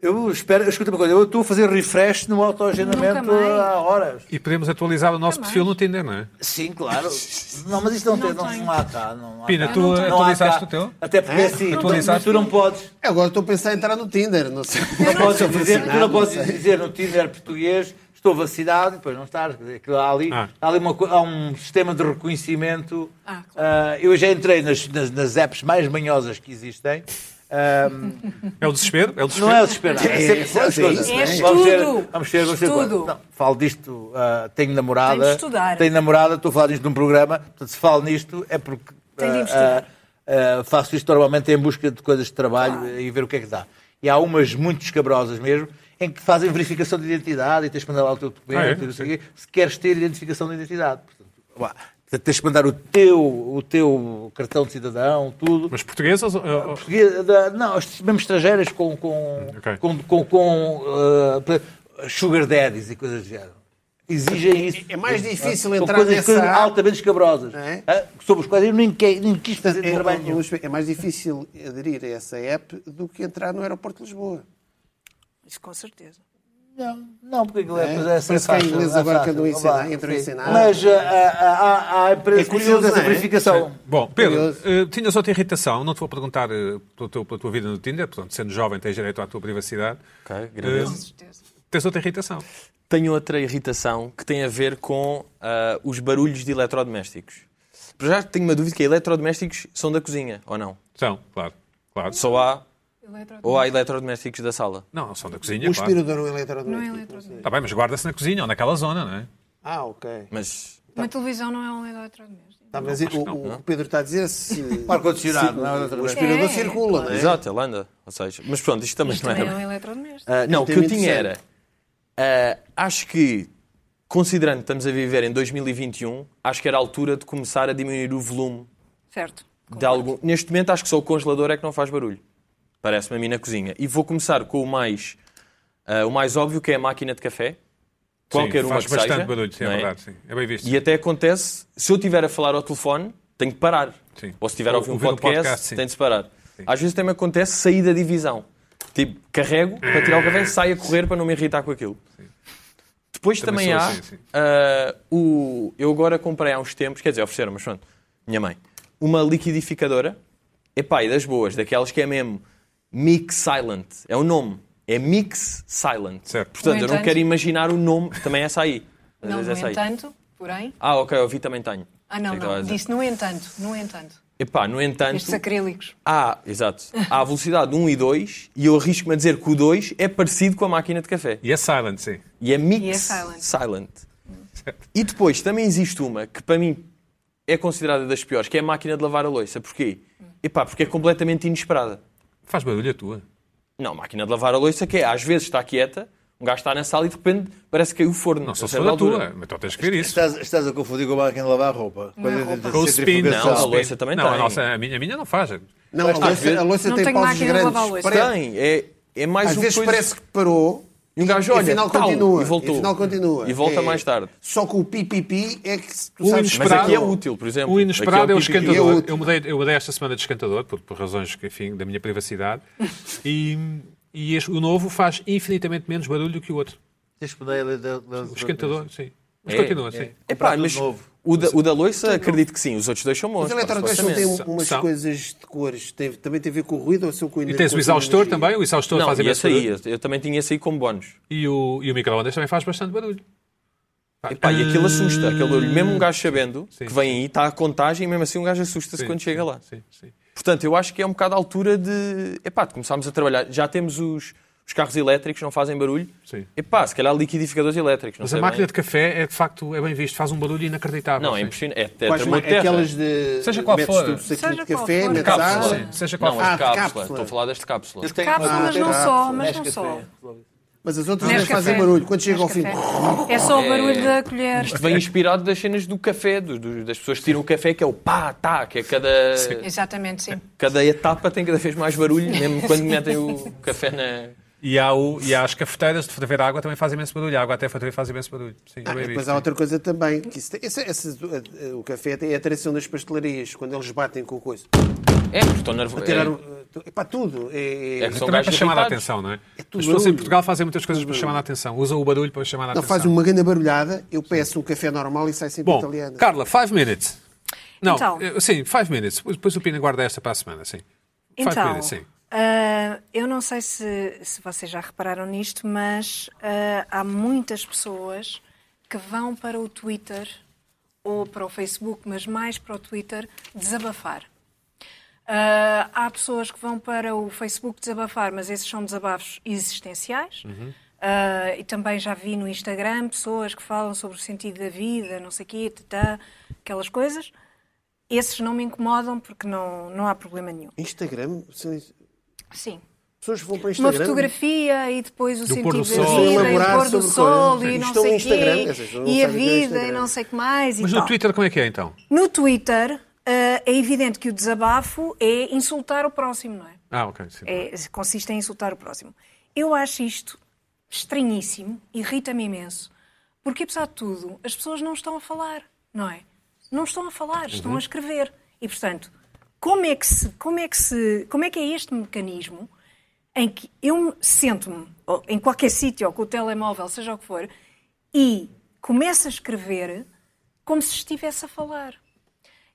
Speaker 4: Eu espero, escuta uma coisa, eu estou a fazer refresh no autoagendamento
Speaker 3: Nunca mais.
Speaker 4: há horas.
Speaker 1: E podemos atualizar o nosso perfil no Tinder, não é?
Speaker 4: Sim, claro. Não, mas isto não, tem, não,
Speaker 3: tenho.
Speaker 4: não há cá. Não há
Speaker 1: Pina,
Speaker 4: cá.
Speaker 1: tu
Speaker 4: Não há
Speaker 1: atualizaste
Speaker 4: cá.
Speaker 1: o teu? É?
Speaker 4: Até porque assim,
Speaker 1: Atualizaste?
Speaker 4: tu não podes,
Speaker 2: Eu Agora estou a pensar em entrar no Tinder. Não sei.
Speaker 4: não podes dizer, tu não
Speaker 2: vacinado,
Speaker 4: podes
Speaker 2: não sei.
Speaker 4: dizer no Tinder português estou vacinado e depois não estás. Quer dizer, aquilo há ali,
Speaker 1: Ah.
Speaker 4: há ali uma co- há um sistema de reconhecimento.
Speaker 3: Ah,
Speaker 4: Ah, eu já entrei nas, nas, nas apps mais manhosas que existem Ahm,
Speaker 1: É o desespero? É o desespero.
Speaker 4: não é o desesperar. É, sempre
Speaker 2: É, é
Speaker 4: as coisas.
Speaker 3: isso,
Speaker 4: Vamos
Speaker 3: é
Speaker 4: ter,
Speaker 3: estudo.
Speaker 4: vamos ter, vamos ter coisas.
Speaker 3: Estudo.
Speaker 4: Não, falo disto, ah, tenho namorada.
Speaker 3: Tem de estudar.
Speaker 4: Tenho namorada, estou a falar disto num programa. Portanto, se falo nisto é porque
Speaker 3: Tem de
Speaker 4: ah,
Speaker 3: investigar.
Speaker 4: ah, ah, faço isto normalmente em busca de coisas de trabalho e ver o que é que dá. E há umas muito escabrosas mesmo, em que fazem verificação de identidade e tens de mandar lá o teu
Speaker 1: Ah, é?
Speaker 4: documento, e não sei o quê, se queres ter identificação de identidade. Portanto, vá, portanto, tens de mandar o teu, o teu cartão de cidadão, tudo.
Speaker 1: Mas portuguesas? ou- ou-
Speaker 4: Portuguesa- da- não, as- mesmo estrangeiras com, com,
Speaker 1: Ok.
Speaker 4: com, com, com, eh, pre- sugar daddies e coisas do género. Exigem isso. Eh,
Speaker 2: É- é mais difícil
Speaker 4: São
Speaker 2: entrar
Speaker 4: coisas,
Speaker 2: nessa
Speaker 4: coisas
Speaker 2: área.
Speaker 4: altamente escabrosas.
Speaker 2: Não é?
Speaker 4: Ah, Sobre os quais eu nem, que- nem quis fazer
Speaker 2: É,
Speaker 4: trabalho
Speaker 2: ó,
Speaker 4: nenhum.
Speaker 2: Luís, é mais difícil aderir a essa app do que entrar no aeroporto de Lisboa.
Speaker 3: Isso com certeza.
Speaker 4: Não, não, porque aquilo é,
Speaker 2: É?
Speaker 4: coisa- essa
Speaker 2: Parece que há
Speaker 4: faixa,
Speaker 2: ingleses
Speaker 4: essa
Speaker 2: agora que
Speaker 4: faixa.
Speaker 2: andam a
Speaker 4: Vá lá,
Speaker 2: ensinar- entram a
Speaker 4: sim.
Speaker 2: ensinar.
Speaker 4: Mas ah, ah, ah, há empresas que precisam
Speaker 2: curioso,
Speaker 4: dessa
Speaker 2: não é?
Speaker 4: verificação.
Speaker 1: Bom, Pedro,
Speaker 2: Curioso.
Speaker 1: eh, tinhas outra irritação, não te vou perguntar eh, pela tua, pela tua vida no Tinder, portanto, sendo jovem tens direito à tua privacidade.
Speaker 5: Ok, agradeço.
Speaker 3: Com certeza.
Speaker 1: Tens outra Eh, irritação.
Speaker 5: Tenho outra irritação que tem a ver com ah, os barulhos de eletrodomésticos. Para já tenho uma dúvida que é, eletrodomésticos são da cozinha, ou não?
Speaker 1: São, claro, claro.
Speaker 5: Só há,
Speaker 3: Eletrodomésticos.
Speaker 5: ou há eletrodomésticos da sala?
Speaker 1: Não, são da cozinha,
Speaker 2: Um
Speaker 1: claro.
Speaker 2: aspirador, um
Speaker 3: Não é
Speaker 2: eletrodoméstico.
Speaker 3: eletrodoméstico.
Speaker 1: Está bem, mas guarda-se na cozinha ou naquela zona, não é?
Speaker 2: Ah, ok.
Speaker 5: Mas
Speaker 3: Uma televisão não é um eletrodoméstico.
Speaker 2: Tá, mas o, o que o Pedro está a dizer se
Speaker 4: O ar-condicionado, não é outra
Speaker 2: o
Speaker 4: coisa.
Speaker 2: aspirador
Speaker 3: É,
Speaker 2: circula, não é?
Speaker 5: Exato, ela anda. Ou seja, mas pronto, isto também não
Speaker 3: Também é
Speaker 5: era.
Speaker 3: um eletrodoméstico.
Speaker 5: Ah, não, o que eu
Speaker 2: Muito
Speaker 5: tinha era. ah, acho que, considerando que estamos a viver em 2021, acho que era a altura de começar a diminuir o volume
Speaker 3: Certo.
Speaker 5: de algum. Neste momento, acho que só o congelador é que não faz barulho. Parece-me a mim na cozinha. E vou começar com o mais, ah, o mais óbvio, que é a máquina de café. Qualquer
Speaker 1: sim,
Speaker 5: uma
Speaker 1: faz
Speaker 5: que
Speaker 1: bastante
Speaker 5: seja,
Speaker 1: barulho, sim, é
Speaker 5: não é?
Speaker 1: verdade, sim. É bem visto.
Speaker 5: E até acontece, se eu estiver a falar ao telefone, tenho que parar.
Speaker 1: Sim.
Speaker 5: Ou se estiver a ouvir
Speaker 1: Ou
Speaker 5: um
Speaker 1: ouvir um
Speaker 5: podcast,
Speaker 1: podcast, sim.
Speaker 5: tenho de parar. Às vezes também me acontece sair da divisão. Tipo, carrego para tirar o café, saio a correr para não me irritar com aquilo. Depois também,
Speaker 1: Também sou
Speaker 5: há
Speaker 1: assim, sim.
Speaker 5: ah, o... Eu agora comprei há uns tempos, quer dizer, ofereceram, mas pronto, minha mãe, uma liquidificadora. Epá, e das boas, daquelas que é mesmo Mix Silent. É o nome. É Mix Silent.
Speaker 1: Certo.
Speaker 5: Portanto,
Speaker 3: No
Speaker 5: eu não
Speaker 3: entanto-
Speaker 5: quero imaginar o nome. Também é essa aí. Às
Speaker 3: Não,
Speaker 5: vezes
Speaker 3: no
Speaker 5: é essa aí.
Speaker 3: entanto, porém...
Speaker 5: Ah, ok, eu vi também tenho.
Speaker 3: Ah, não,
Speaker 5: Sei que estava a
Speaker 3: não.
Speaker 5: dizer.
Speaker 3: Disse no entanto, no entanto.
Speaker 5: Epá, no entanto,
Speaker 3: Estes acrílicos.
Speaker 5: há, exato, há a velocidade 1 e 2 e eu arrisco-me a dizer que o 2 é parecido com a máquina de café.
Speaker 1: E é silent, sim.
Speaker 5: E é mix
Speaker 3: E é silent.
Speaker 5: silent. E depois também existe uma que para mim é considerada das piores, que é a máquina de lavar a louça. Porquê? Epá, porque é completamente inesperada.
Speaker 1: Faz barulho a tua.
Speaker 5: Não, a máquina de lavar a louça que é, às vezes está quieta, um gajo está na sala e de repente parece que caiu o forno.
Speaker 1: Não,
Speaker 5: é a
Speaker 1: só se
Speaker 5: certa
Speaker 1: for a
Speaker 5: altura.
Speaker 1: tua. Mas tu tens que ver isso.
Speaker 4: Estás, estás a confundir com a máquina de lavar roupa. Quando
Speaker 3: roupa.
Speaker 4: dizes
Speaker 1: Com o spin.
Speaker 4: centrifugação.
Speaker 5: Não, a
Speaker 1: o spin.
Speaker 5: louça também
Speaker 1: não, a
Speaker 5: tem. É um tipo-
Speaker 1: nossa, a minha, a minha não faz.
Speaker 2: Não, a
Speaker 5: às vezes-
Speaker 2: louça, a louça
Speaker 3: Não
Speaker 2: tem
Speaker 3: tenho
Speaker 2: pausas
Speaker 3: máquina de
Speaker 2: grandes.
Speaker 3: lavar louça.
Speaker 2: Parece-
Speaker 5: Tem, é, é mais
Speaker 2: Às
Speaker 5: uma
Speaker 2: vezes
Speaker 5: coisa-
Speaker 2: parece que parou.
Speaker 5: E um gajo
Speaker 2: e
Speaker 5: olha,
Speaker 2: afinal
Speaker 5: tal,
Speaker 2: continua.
Speaker 5: e voltou.
Speaker 2: afinal continua.
Speaker 5: E volta
Speaker 2: É-
Speaker 5: mais tarde.
Speaker 2: Só que o pipipi é que se tu
Speaker 1: O
Speaker 2: sabes
Speaker 5: Mas
Speaker 1: inesperado-
Speaker 5: aqui é útil, por exemplo.
Speaker 1: O inesperado
Speaker 5: Aqui um tipo
Speaker 1: é o
Speaker 5: pipi que-
Speaker 1: esquentador.
Speaker 2: útil.
Speaker 1: eu, mudei, eu mudei esta semana de esquentador, por, por razões que, enfim, da minha privacidade. e e este- o novo faz infinitamente menos barulho do que o outro.
Speaker 4: Tens que poder ler- ler- ler-
Speaker 1: O esquentador, sim. Mas
Speaker 5: É,
Speaker 1: continua, sim.
Speaker 5: Epá,
Speaker 4: Comprar
Speaker 5: mas
Speaker 4: tudo novo.
Speaker 5: o da, o da loiça acredito que sim, os outros dois são
Speaker 2: Os
Speaker 5: monstros.
Speaker 1: é
Speaker 5: pá,
Speaker 2: eletrodomésticos têm
Speaker 5: supostamente.
Speaker 1: São-
Speaker 2: umas
Speaker 1: são.
Speaker 2: coisas de cores. Tem- também tem a ver com o ruído ou só com a
Speaker 1: E
Speaker 2: ener-
Speaker 1: tens
Speaker 2: com
Speaker 1: o
Speaker 2: a
Speaker 1: exaustor
Speaker 2: energia?
Speaker 1: também. O exaustor faz
Speaker 5: Não, e
Speaker 1: imenso
Speaker 5: esse aí,
Speaker 1: barulho.
Speaker 5: eu, eu também tinha esse aí como bónus.
Speaker 1: E o, e o micro-ondas também faz bastante barulho.
Speaker 5: Epá, e aquilo assusta, aquele olho. Mesmo um gajo sabendo
Speaker 1: Hum. Sim,
Speaker 5: que vem aí, está a contagem, e mesmo assim um gajo assusta-se
Speaker 1: Sim,
Speaker 5: quando chega lá.
Speaker 1: Sim, sim.
Speaker 5: Portanto, eu acho que é um bocado a altura de, epá, de começarmos a trabalhar. Já temos os, os carros elétricos, não fazem barulho.
Speaker 1: Sim.
Speaker 5: Epá, se calhar liquidificadores elétricos. Não
Speaker 1: Mas
Speaker 5: sei
Speaker 1: a máquina
Speaker 5: bem.
Speaker 1: de café é de facto é bem visto, faz um barulho inacreditável.
Speaker 5: Não, é
Speaker 1: sim.
Speaker 5: impressionante. É, é
Speaker 2: Quais são
Speaker 5: tremor de terra.
Speaker 2: aquelas de.
Speaker 1: Seja qual
Speaker 2: metes
Speaker 1: for.
Speaker 2: tu um saquinho
Speaker 3: Seja
Speaker 2: de
Speaker 3: qual
Speaker 2: café,
Speaker 3: for.
Speaker 2: metes
Speaker 5: Cápsula.
Speaker 2: água.
Speaker 1: Sim, seja qual
Speaker 5: Não,
Speaker 1: for.
Speaker 5: as
Speaker 2: Ah, de
Speaker 5: cápsula.
Speaker 2: cápsula.
Speaker 5: Estou a falar das cápsulas.
Speaker 4: Eu tenho
Speaker 3: Cápsulas
Speaker 4: uma-
Speaker 3: não só, mas não
Speaker 4: Nescafé.
Speaker 3: só.
Speaker 2: Mas as outras
Speaker 3: Neste
Speaker 2: não fazem
Speaker 3: é café.
Speaker 2: barulho. Quando chega ao fim.
Speaker 3: Neste café. É só o barulho da colher.
Speaker 5: Isto vem inspirado das cenas do café, do- do- das pessoas que tiram o café, que é o pá, tá, que é cada,
Speaker 3: Exatamente, sim.
Speaker 5: cada etapa tem cada vez mais barulho, mesmo quando metem o café na.
Speaker 1: E, há o, e há as cafeteiras de ferver água também fazem imenso barulho. A água até ferver faz imenso barulho. Sim, é
Speaker 2: Ah,
Speaker 1: bem
Speaker 2: e depois
Speaker 1: visto.
Speaker 2: há outra coisa também. Que isso tem- esse- esse- o café é a tradição das pastelarias, quando eles batem com o coisa.
Speaker 5: É, porque estou nervoso.
Speaker 2: Tirar
Speaker 5: É,
Speaker 2: o- é para tudo. É,
Speaker 5: É que são
Speaker 1: Também para
Speaker 5: gajos
Speaker 1: chamar a
Speaker 5: irritados.
Speaker 1: atenção, não é? As
Speaker 2: tudo
Speaker 1: pessoas em
Speaker 2: barulho.
Speaker 1: Portugal fazem
Speaker 5: É
Speaker 1: muitas coisas para chamar a atenção. Usam o barulho para chamar a
Speaker 2: Não,
Speaker 1: atenção.
Speaker 2: faz um uma grande barulhada, eu peço um café normal e sai sempre
Speaker 1: Bom,
Speaker 2: italiano.
Speaker 1: Carla, five minutes. Não,
Speaker 3: Então.
Speaker 1: eh, sim, five minutes. Depois o Pina guarda esta para a semana, sim. Five
Speaker 3: Então,
Speaker 1: minutes, sim.
Speaker 3: ah, eu não sei se, se vocês já repararam nisto, mas ah, há muitas pessoas que vão para o Twitter ou para o Facebook, mas mais para o Twitter, desabafar. Ah, há pessoas que vão para o Facebook desabafar, mas esses são desabafos existenciais. Ah, e também já vi no Instagram pessoas que falam sobre o sentido da vida, não sei o quê, tatá, aquelas coisas. Esses não me incomodam porque não, não há problema nenhum.
Speaker 2: Instagram? Sim.
Speaker 3: Sim.
Speaker 2: Pessoas que vão para
Speaker 3: Uma
Speaker 2: Instagram.
Speaker 3: fotografia e depois o
Speaker 1: Do pôr
Speaker 3: sentido
Speaker 1: do
Speaker 3: da
Speaker 1: sol.
Speaker 3: vida, e o
Speaker 2: Elaborar
Speaker 3: pôr do
Speaker 2: sobre
Speaker 3: sol
Speaker 2: coisas.
Speaker 3: e não
Speaker 2: Isto é um
Speaker 3: sei o
Speaker 2: Instagram, essas pessoas
Speaker 3: quê,
Speaker 2: não
Speaker 3: e a
Speaker 2: sabem o que é
Speaker 3: vida e
Speaker 2: Instagram.
Speaker 3: não sei o que mais. E
Speaker 1: Mas
Speaker 3: tal.
Speaker 1: no Twitter como é que é então?
Speaker 3: No Twitter, eh, é evidente que o desabafo é insultar o próximo, não é?
Speaker 1: Ah, ok. Sim.
Speaker 3: É, consiste em insultar o próximo. Eu acho isto estranhíssimo, irrita-me imenso, porque apesar de tudo, as pessoas não estão a falar, não é? Não estão a falar, estão
Speaker 1: Uhum.
Speaker 3: a escrever. E portanto, como é que se, como é que se, como é que é este mecanismo em que eu me- sento-me ou em qualquer sítio, ou com o telemóvel, seja o que for, e começo a escrever como se estivesse a falar.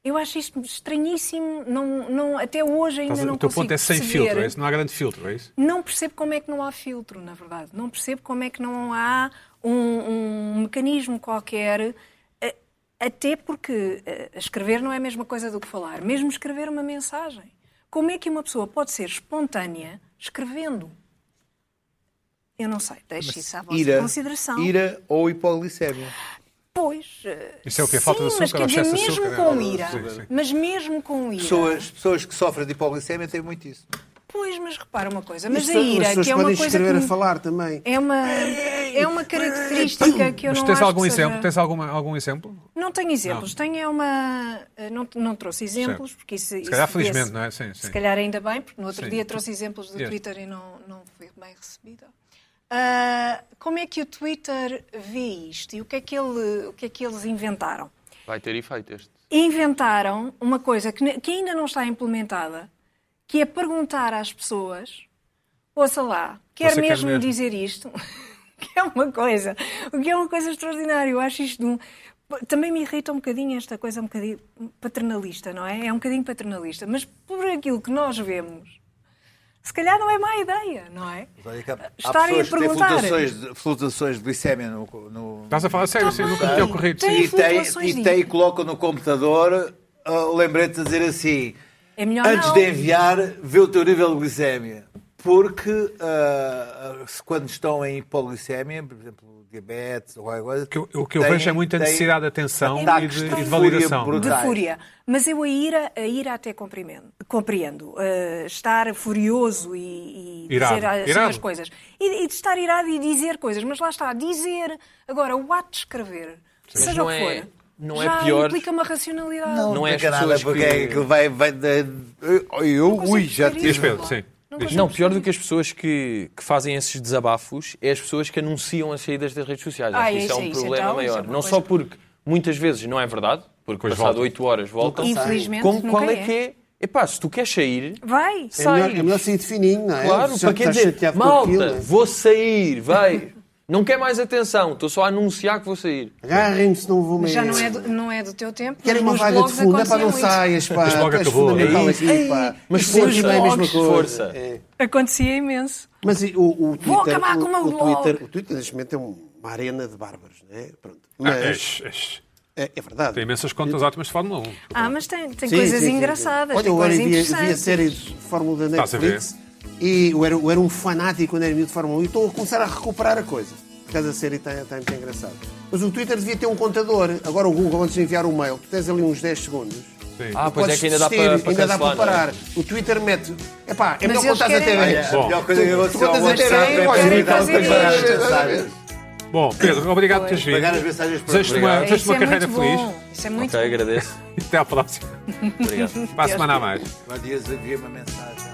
Speaker 3: Eu acho isto estranhíssimo, não, não, até hoje ainda
Speaker 1: Estás a-
Speaker 3: não
Speaker 1: o teu
Speaker 3: consigo
Speaker 1: ponto é sem
Speaker 3: perceber.
Speaker 1: filtro, é isso? Não há grande filtro, é isso?
Speaker 3: Não percebo como é que não há filtro, na verdade. Não percebo como é que não há um, um mecanismo qualquer. eh, Até porque eh, escrever não é a mesma coisa do que falar. Mesmo escrever uma mensagem. Como é que uma pessoa pode ser espontânea escrevendo? Eu não sei. Deixo isso à vossa
Speaker 4: Ira,
Speaker 3: consideração.
Speaker 4: ira ou hipoglicemia.
Speaker 3: Pois. eh,
Speaker 1: Isso é o quê?
Speaker 3: Sim,
Speaker 1: Falta de
Speaker 3: mas
Speaker 1: açúcar
Speaker 3: quer
Speaker 1: ou
Speaker 3: dizer,
Speaker 1: excesso de
Speaker 3: mesmo
Speaker 1: é açúcar?
Speaker 3: com
Speaker 1: Sim,
Speaker 3: ira.
Speaker 1: sim.
Speaker 3: Mas mesmo com ira.
Speaker 4: Pessoas, pessoas que sofrem de hipoglicemia têm muito isso.
Speaker 3: Pois, mas repara uma coisa. Mas
Speaker 2: Isto
Speaker 3: a
Speaker 2: são- as
Speaker 3: ira,
Speaker 2: pessoas
Speaker 3: que é uma
Speaker 2: podem
Speaker 3: coisa
Speaker 2: escrever
Speaker 3: que
Speaker 2: a
Speaker 3: me-
Speaker 2: falar também.
Speaker 3: É uma, é uma característica que eu
Speaker 1: Mas
Speaker 3: não
Speaker 1: tens
Speaker 3: acho
Speaker 1: algum
Speaker 3: que
Speaker 1: exemplo?
Speaker 3: seja-
Speaker 1: Tens alguma, algum exemplo?
Speaker 3: Não tenho exemplos. Tenho é uma... Não, não trouxe exemplos,
Speaker 1: Certo.
Speaker 3: porque isso...
Speaker 1: Se calhar felizmente, não é? Sim,
Speaker 3: Se
Speaker 1: sim.
Speaker 3: calhar ainda bem, porque no outro
Speaker 1: Sim.
Speaker 3: dia trouxe exemplos do
Speaker 1: Yes.
Speaker 3: Twitter e não, não fui bem recebida. Ah, como é que o Twitter vê isto? E o que é que, ele, o que é que eles inventaram?
Speaker 5: Vai ter efeito este.
Speaker 3: inventaram uma coisa que, ne- que ainda não está implementada, que é perguntar às pessoas, ouça lá, quer
Speaker 1: Você quer
Speaker 3: mesmo,
Speaker 1: mesmo?
Speaker 3: dizer isto? que é uma coisa, o que é uma coisa extraordinária, eu acho isto de um... Também me irrita um bocadinho esta coisa um bocadinho paternalista, não é? É um bocadinho paternalista, mas por aquilo que nós vemos, se calhar não é má ideia, não é?
Speaker 4: Olha que há- há
Speaker 3: Estarem a
Speaker 4: pessoas que têm
Speaker 3: perguntar.
Speaker 4: Flutações de, flutações de glicémia no. no-
Speaker 1: Estás a falar sério, sim, nunca me
Speaker 3: bem.
Speaker 1: tinha ocorrido.
Speaker 3: Então, Tem-
Speaker 1: Sim.
Speaker 4: e tem,
Speaker 3: flutuações
Speaker 4: e tem,
Speaker 3: disso.
Speaker 4: colocam no computador uh, lembrete a dizer assim:
Speaker 3: É melhor
Speaker 4: antes
Speaker 3: não.
Speaker 4: de enviar, vê o teu nível de glicémia. Porque uh, uh, se quando estão em hipoglicémia, por exemplo, diabetes ou qualquer coisa.
Speaker 1: O que eu- O que eu
Speaker 4: têm-
Speaker 1: vejo é muita
Speaker 4: têm
Speaker 1: necessidade de atenção e
Speaker 4: ataques
Speaker 1: de, e de
Speaker 4: fúria
Speaker 1: validação.
Speaker 4: brutal.
Speaker 3: É De fúria. Mas eu a ira, a ira até compreendo. compreendo. Uh, estar furioso e, e
Speaker 1: Irado.
Speaker 3: dizer as-
Speaker 1: Irado.
Speaker 3: as coisas. E, e de estar irado e dizer coisas. Mas lá está, dizer. Agora, o ato de escrever,
Speaker 5: Mas
Speaker 3: seja
Speaker 5: não
Speaker 3: o que for,
Speaker 5: é- não é
Speaker 3: já
Speaker 5: pior-
Speaker 3: implica uma racionalidade.
Speaker 4: Não,
Speaker 5: Não é as
Speaker 4: fica nada,
Speaker 5: pessoas
Speaker 4: porque
Speaker 5: que-
Speaker 4: é aquilo vai. vai da- eu, eu
Speaker 3: consigo
Speaker 4: ui, já
Speaker 3: perceber
Speaker 1: Diz
Speaker 4: tive.
Speaker 3: isso.
Speaker 1: Pedro, sim.
Speaker 3: Não
Speaker 1: Diz.
Speaker 3: consigo
Speaker 5: Não, pior do que as pessoas que, que fazem esses desabafos é as pessoas que anunciam as saídas das redes sociais.
Speaker 3: Ah,
Speaker 5: Acho que isso é
Speaker 3: isso,
Speaker 5: um
Speaker 3: isso,
Speaker 5: problema
Speaker 3: então, isso
Speaker 5: maior.
Speaker 3: é uma
Speaker 5: não
Speaker 3: coisa-
Speaker 5: só porque muitas vezes não é verdade, porque
Speaker 1: Pois
Speaker 5: passado
Speaker 1: voltam.
Speaker 5: oito horas voltam.
Speaker 3: Infelizmente,
Speaker 5: Como,
Speaker 3: nunca
Speaker 5: qual é,
Speaker 3: é.
Speaker 5: que é? Epá, se tu queres sair,
Speaker 3: Vai,
Speaker 2: É melhor, é
Speaker 5: sais.
Speaker 2: melhor sair de fininho, não é?
Speaker 5: Claro,
Speaker 2: Já que
Speaker 5: para quê
Speaker 2: estás
Speaker 5: dizer?
Speaker 2: chateado com
Speaker 5: Malta,
Speaker 2: aquilo, não é?
Speaker 5: vou sair, vai. Não quer mais atenção, estou só a anunciar que vou sair.
Speaker 2: Agarrem-me se não vou mesmo.
Speaker 3: já não é, do, não é do teu tempo.
Speaker 2: Querem uma
Speaker 3: mas nos
Speaker 2: vaga de
Speaker 3: blogs
Speaker 2: fundo, é para não
Speaker 3: acontecia muito.
Speaker 2: saias, pá.
Speaker 1: Mas logo
Speaker 2: tu és
Speaker 1: acabou,
Speaker 2: fundamental
Speaker 1: é
Speaker 2: aqui, pá.
Speaker 5: Mas
Speaker 2: Isso hoje
Speaker 5: força,
Speaker 2: bem a mesma
Speaker 5: blogs,
Speaker 2: coisa.
Speaker 5: força.
Speaker 2: É.
Speaker 3: Acontecia imenso.
Speaker 2: Mas e o, o Twitter...
Speaker 3: acabar com o meu
Speaker 2: o,
Speaker 3: blog.
Speaker 2: Twitter, o Twitter, neste momento, é uma arena de bárbaros, não é? Pronto. Mas...
Speaker 1: Ah, é, é.
Speaker 2: É, é verdade.
Speaker 1: Tem imensas contas ótimas de Fórmula 1.
Speaker 3: Ah, mas tem, tem
Speaker 2: Sim,
Speaker 3: coisas
Speaker 2: sim, sim, sim.
Speaker 3: engraçadas,
Speaker 2: Olha,
Speaker 3: tem
Speaker 2: eu era,
Speaker 3: coisas
Speaker 2: via, via
Speaker 3: interessantes. É,
Speaker 2: séries de Fórmula da
Speaker 1: Estás a
Speaker 2: Netflix e eu era, eu era um fanático quando era miúdo de Fórmula 1 e estou a começar a recuperar a coisa. Por causa da série está, está muito engraçado. Mas o Twitter devia ter um contador. Agora o Google, antes de enviar um mail, tu tens ali uns 10 segundos.
Speaker 1: Sim.
Speaker 5: Ah, pois é
Speaker 2: Podes
Speaker 5: que ainda dá
Speaker 2: desistir,
Speaker 5: para, para
Speaker 2: ainda dá
Speaker 5: cancelar,
Speaker 2: para
Speaker 5: não é?
Speaker 2: parar. O Twitter mete. Epá, é melhor
Speaker 3: eles
Speaker 2: contar até
Speaker 3: querem-
Speaker 2: 10.
Speaker 4: Olha, a melhor coisa que
Speaker 2: Tu
Speaker 4: aconteceu ao
Speaker 2: contas até
Speaker 4: WhatsApp é
Speaker 2: agora,
Speaker 3: querem
Speaker 4: pagar
Speaker 3: fazer
Speaker 4: as
Speaker 2: isto.
Speaker 4: mensagens.
Speaker 1: Bom, Pedro, obrigado por teres vindo.
Speaker 4: Pagar as mensagens por
Speaker 1: Desejo-te uma,
Speaker 4: obrigado.
Speaker 1: desejo-te
Speaker 3: Isso
Speaker 1: uma
Speaker 3: é
Speaker 1: carreira
Speaker 3: muito
Speaker 1: feliz.
Speaker 3: bom. Isso é muito
Speaker 5: Ok, agradeço.
Speaker 1: E até à próxima.
Speaker 5: Obrigado.
Speaker 1: Para a semana a mais.
Speaker 4: Há dias havia uma mensagem.
Speaker 8: assim.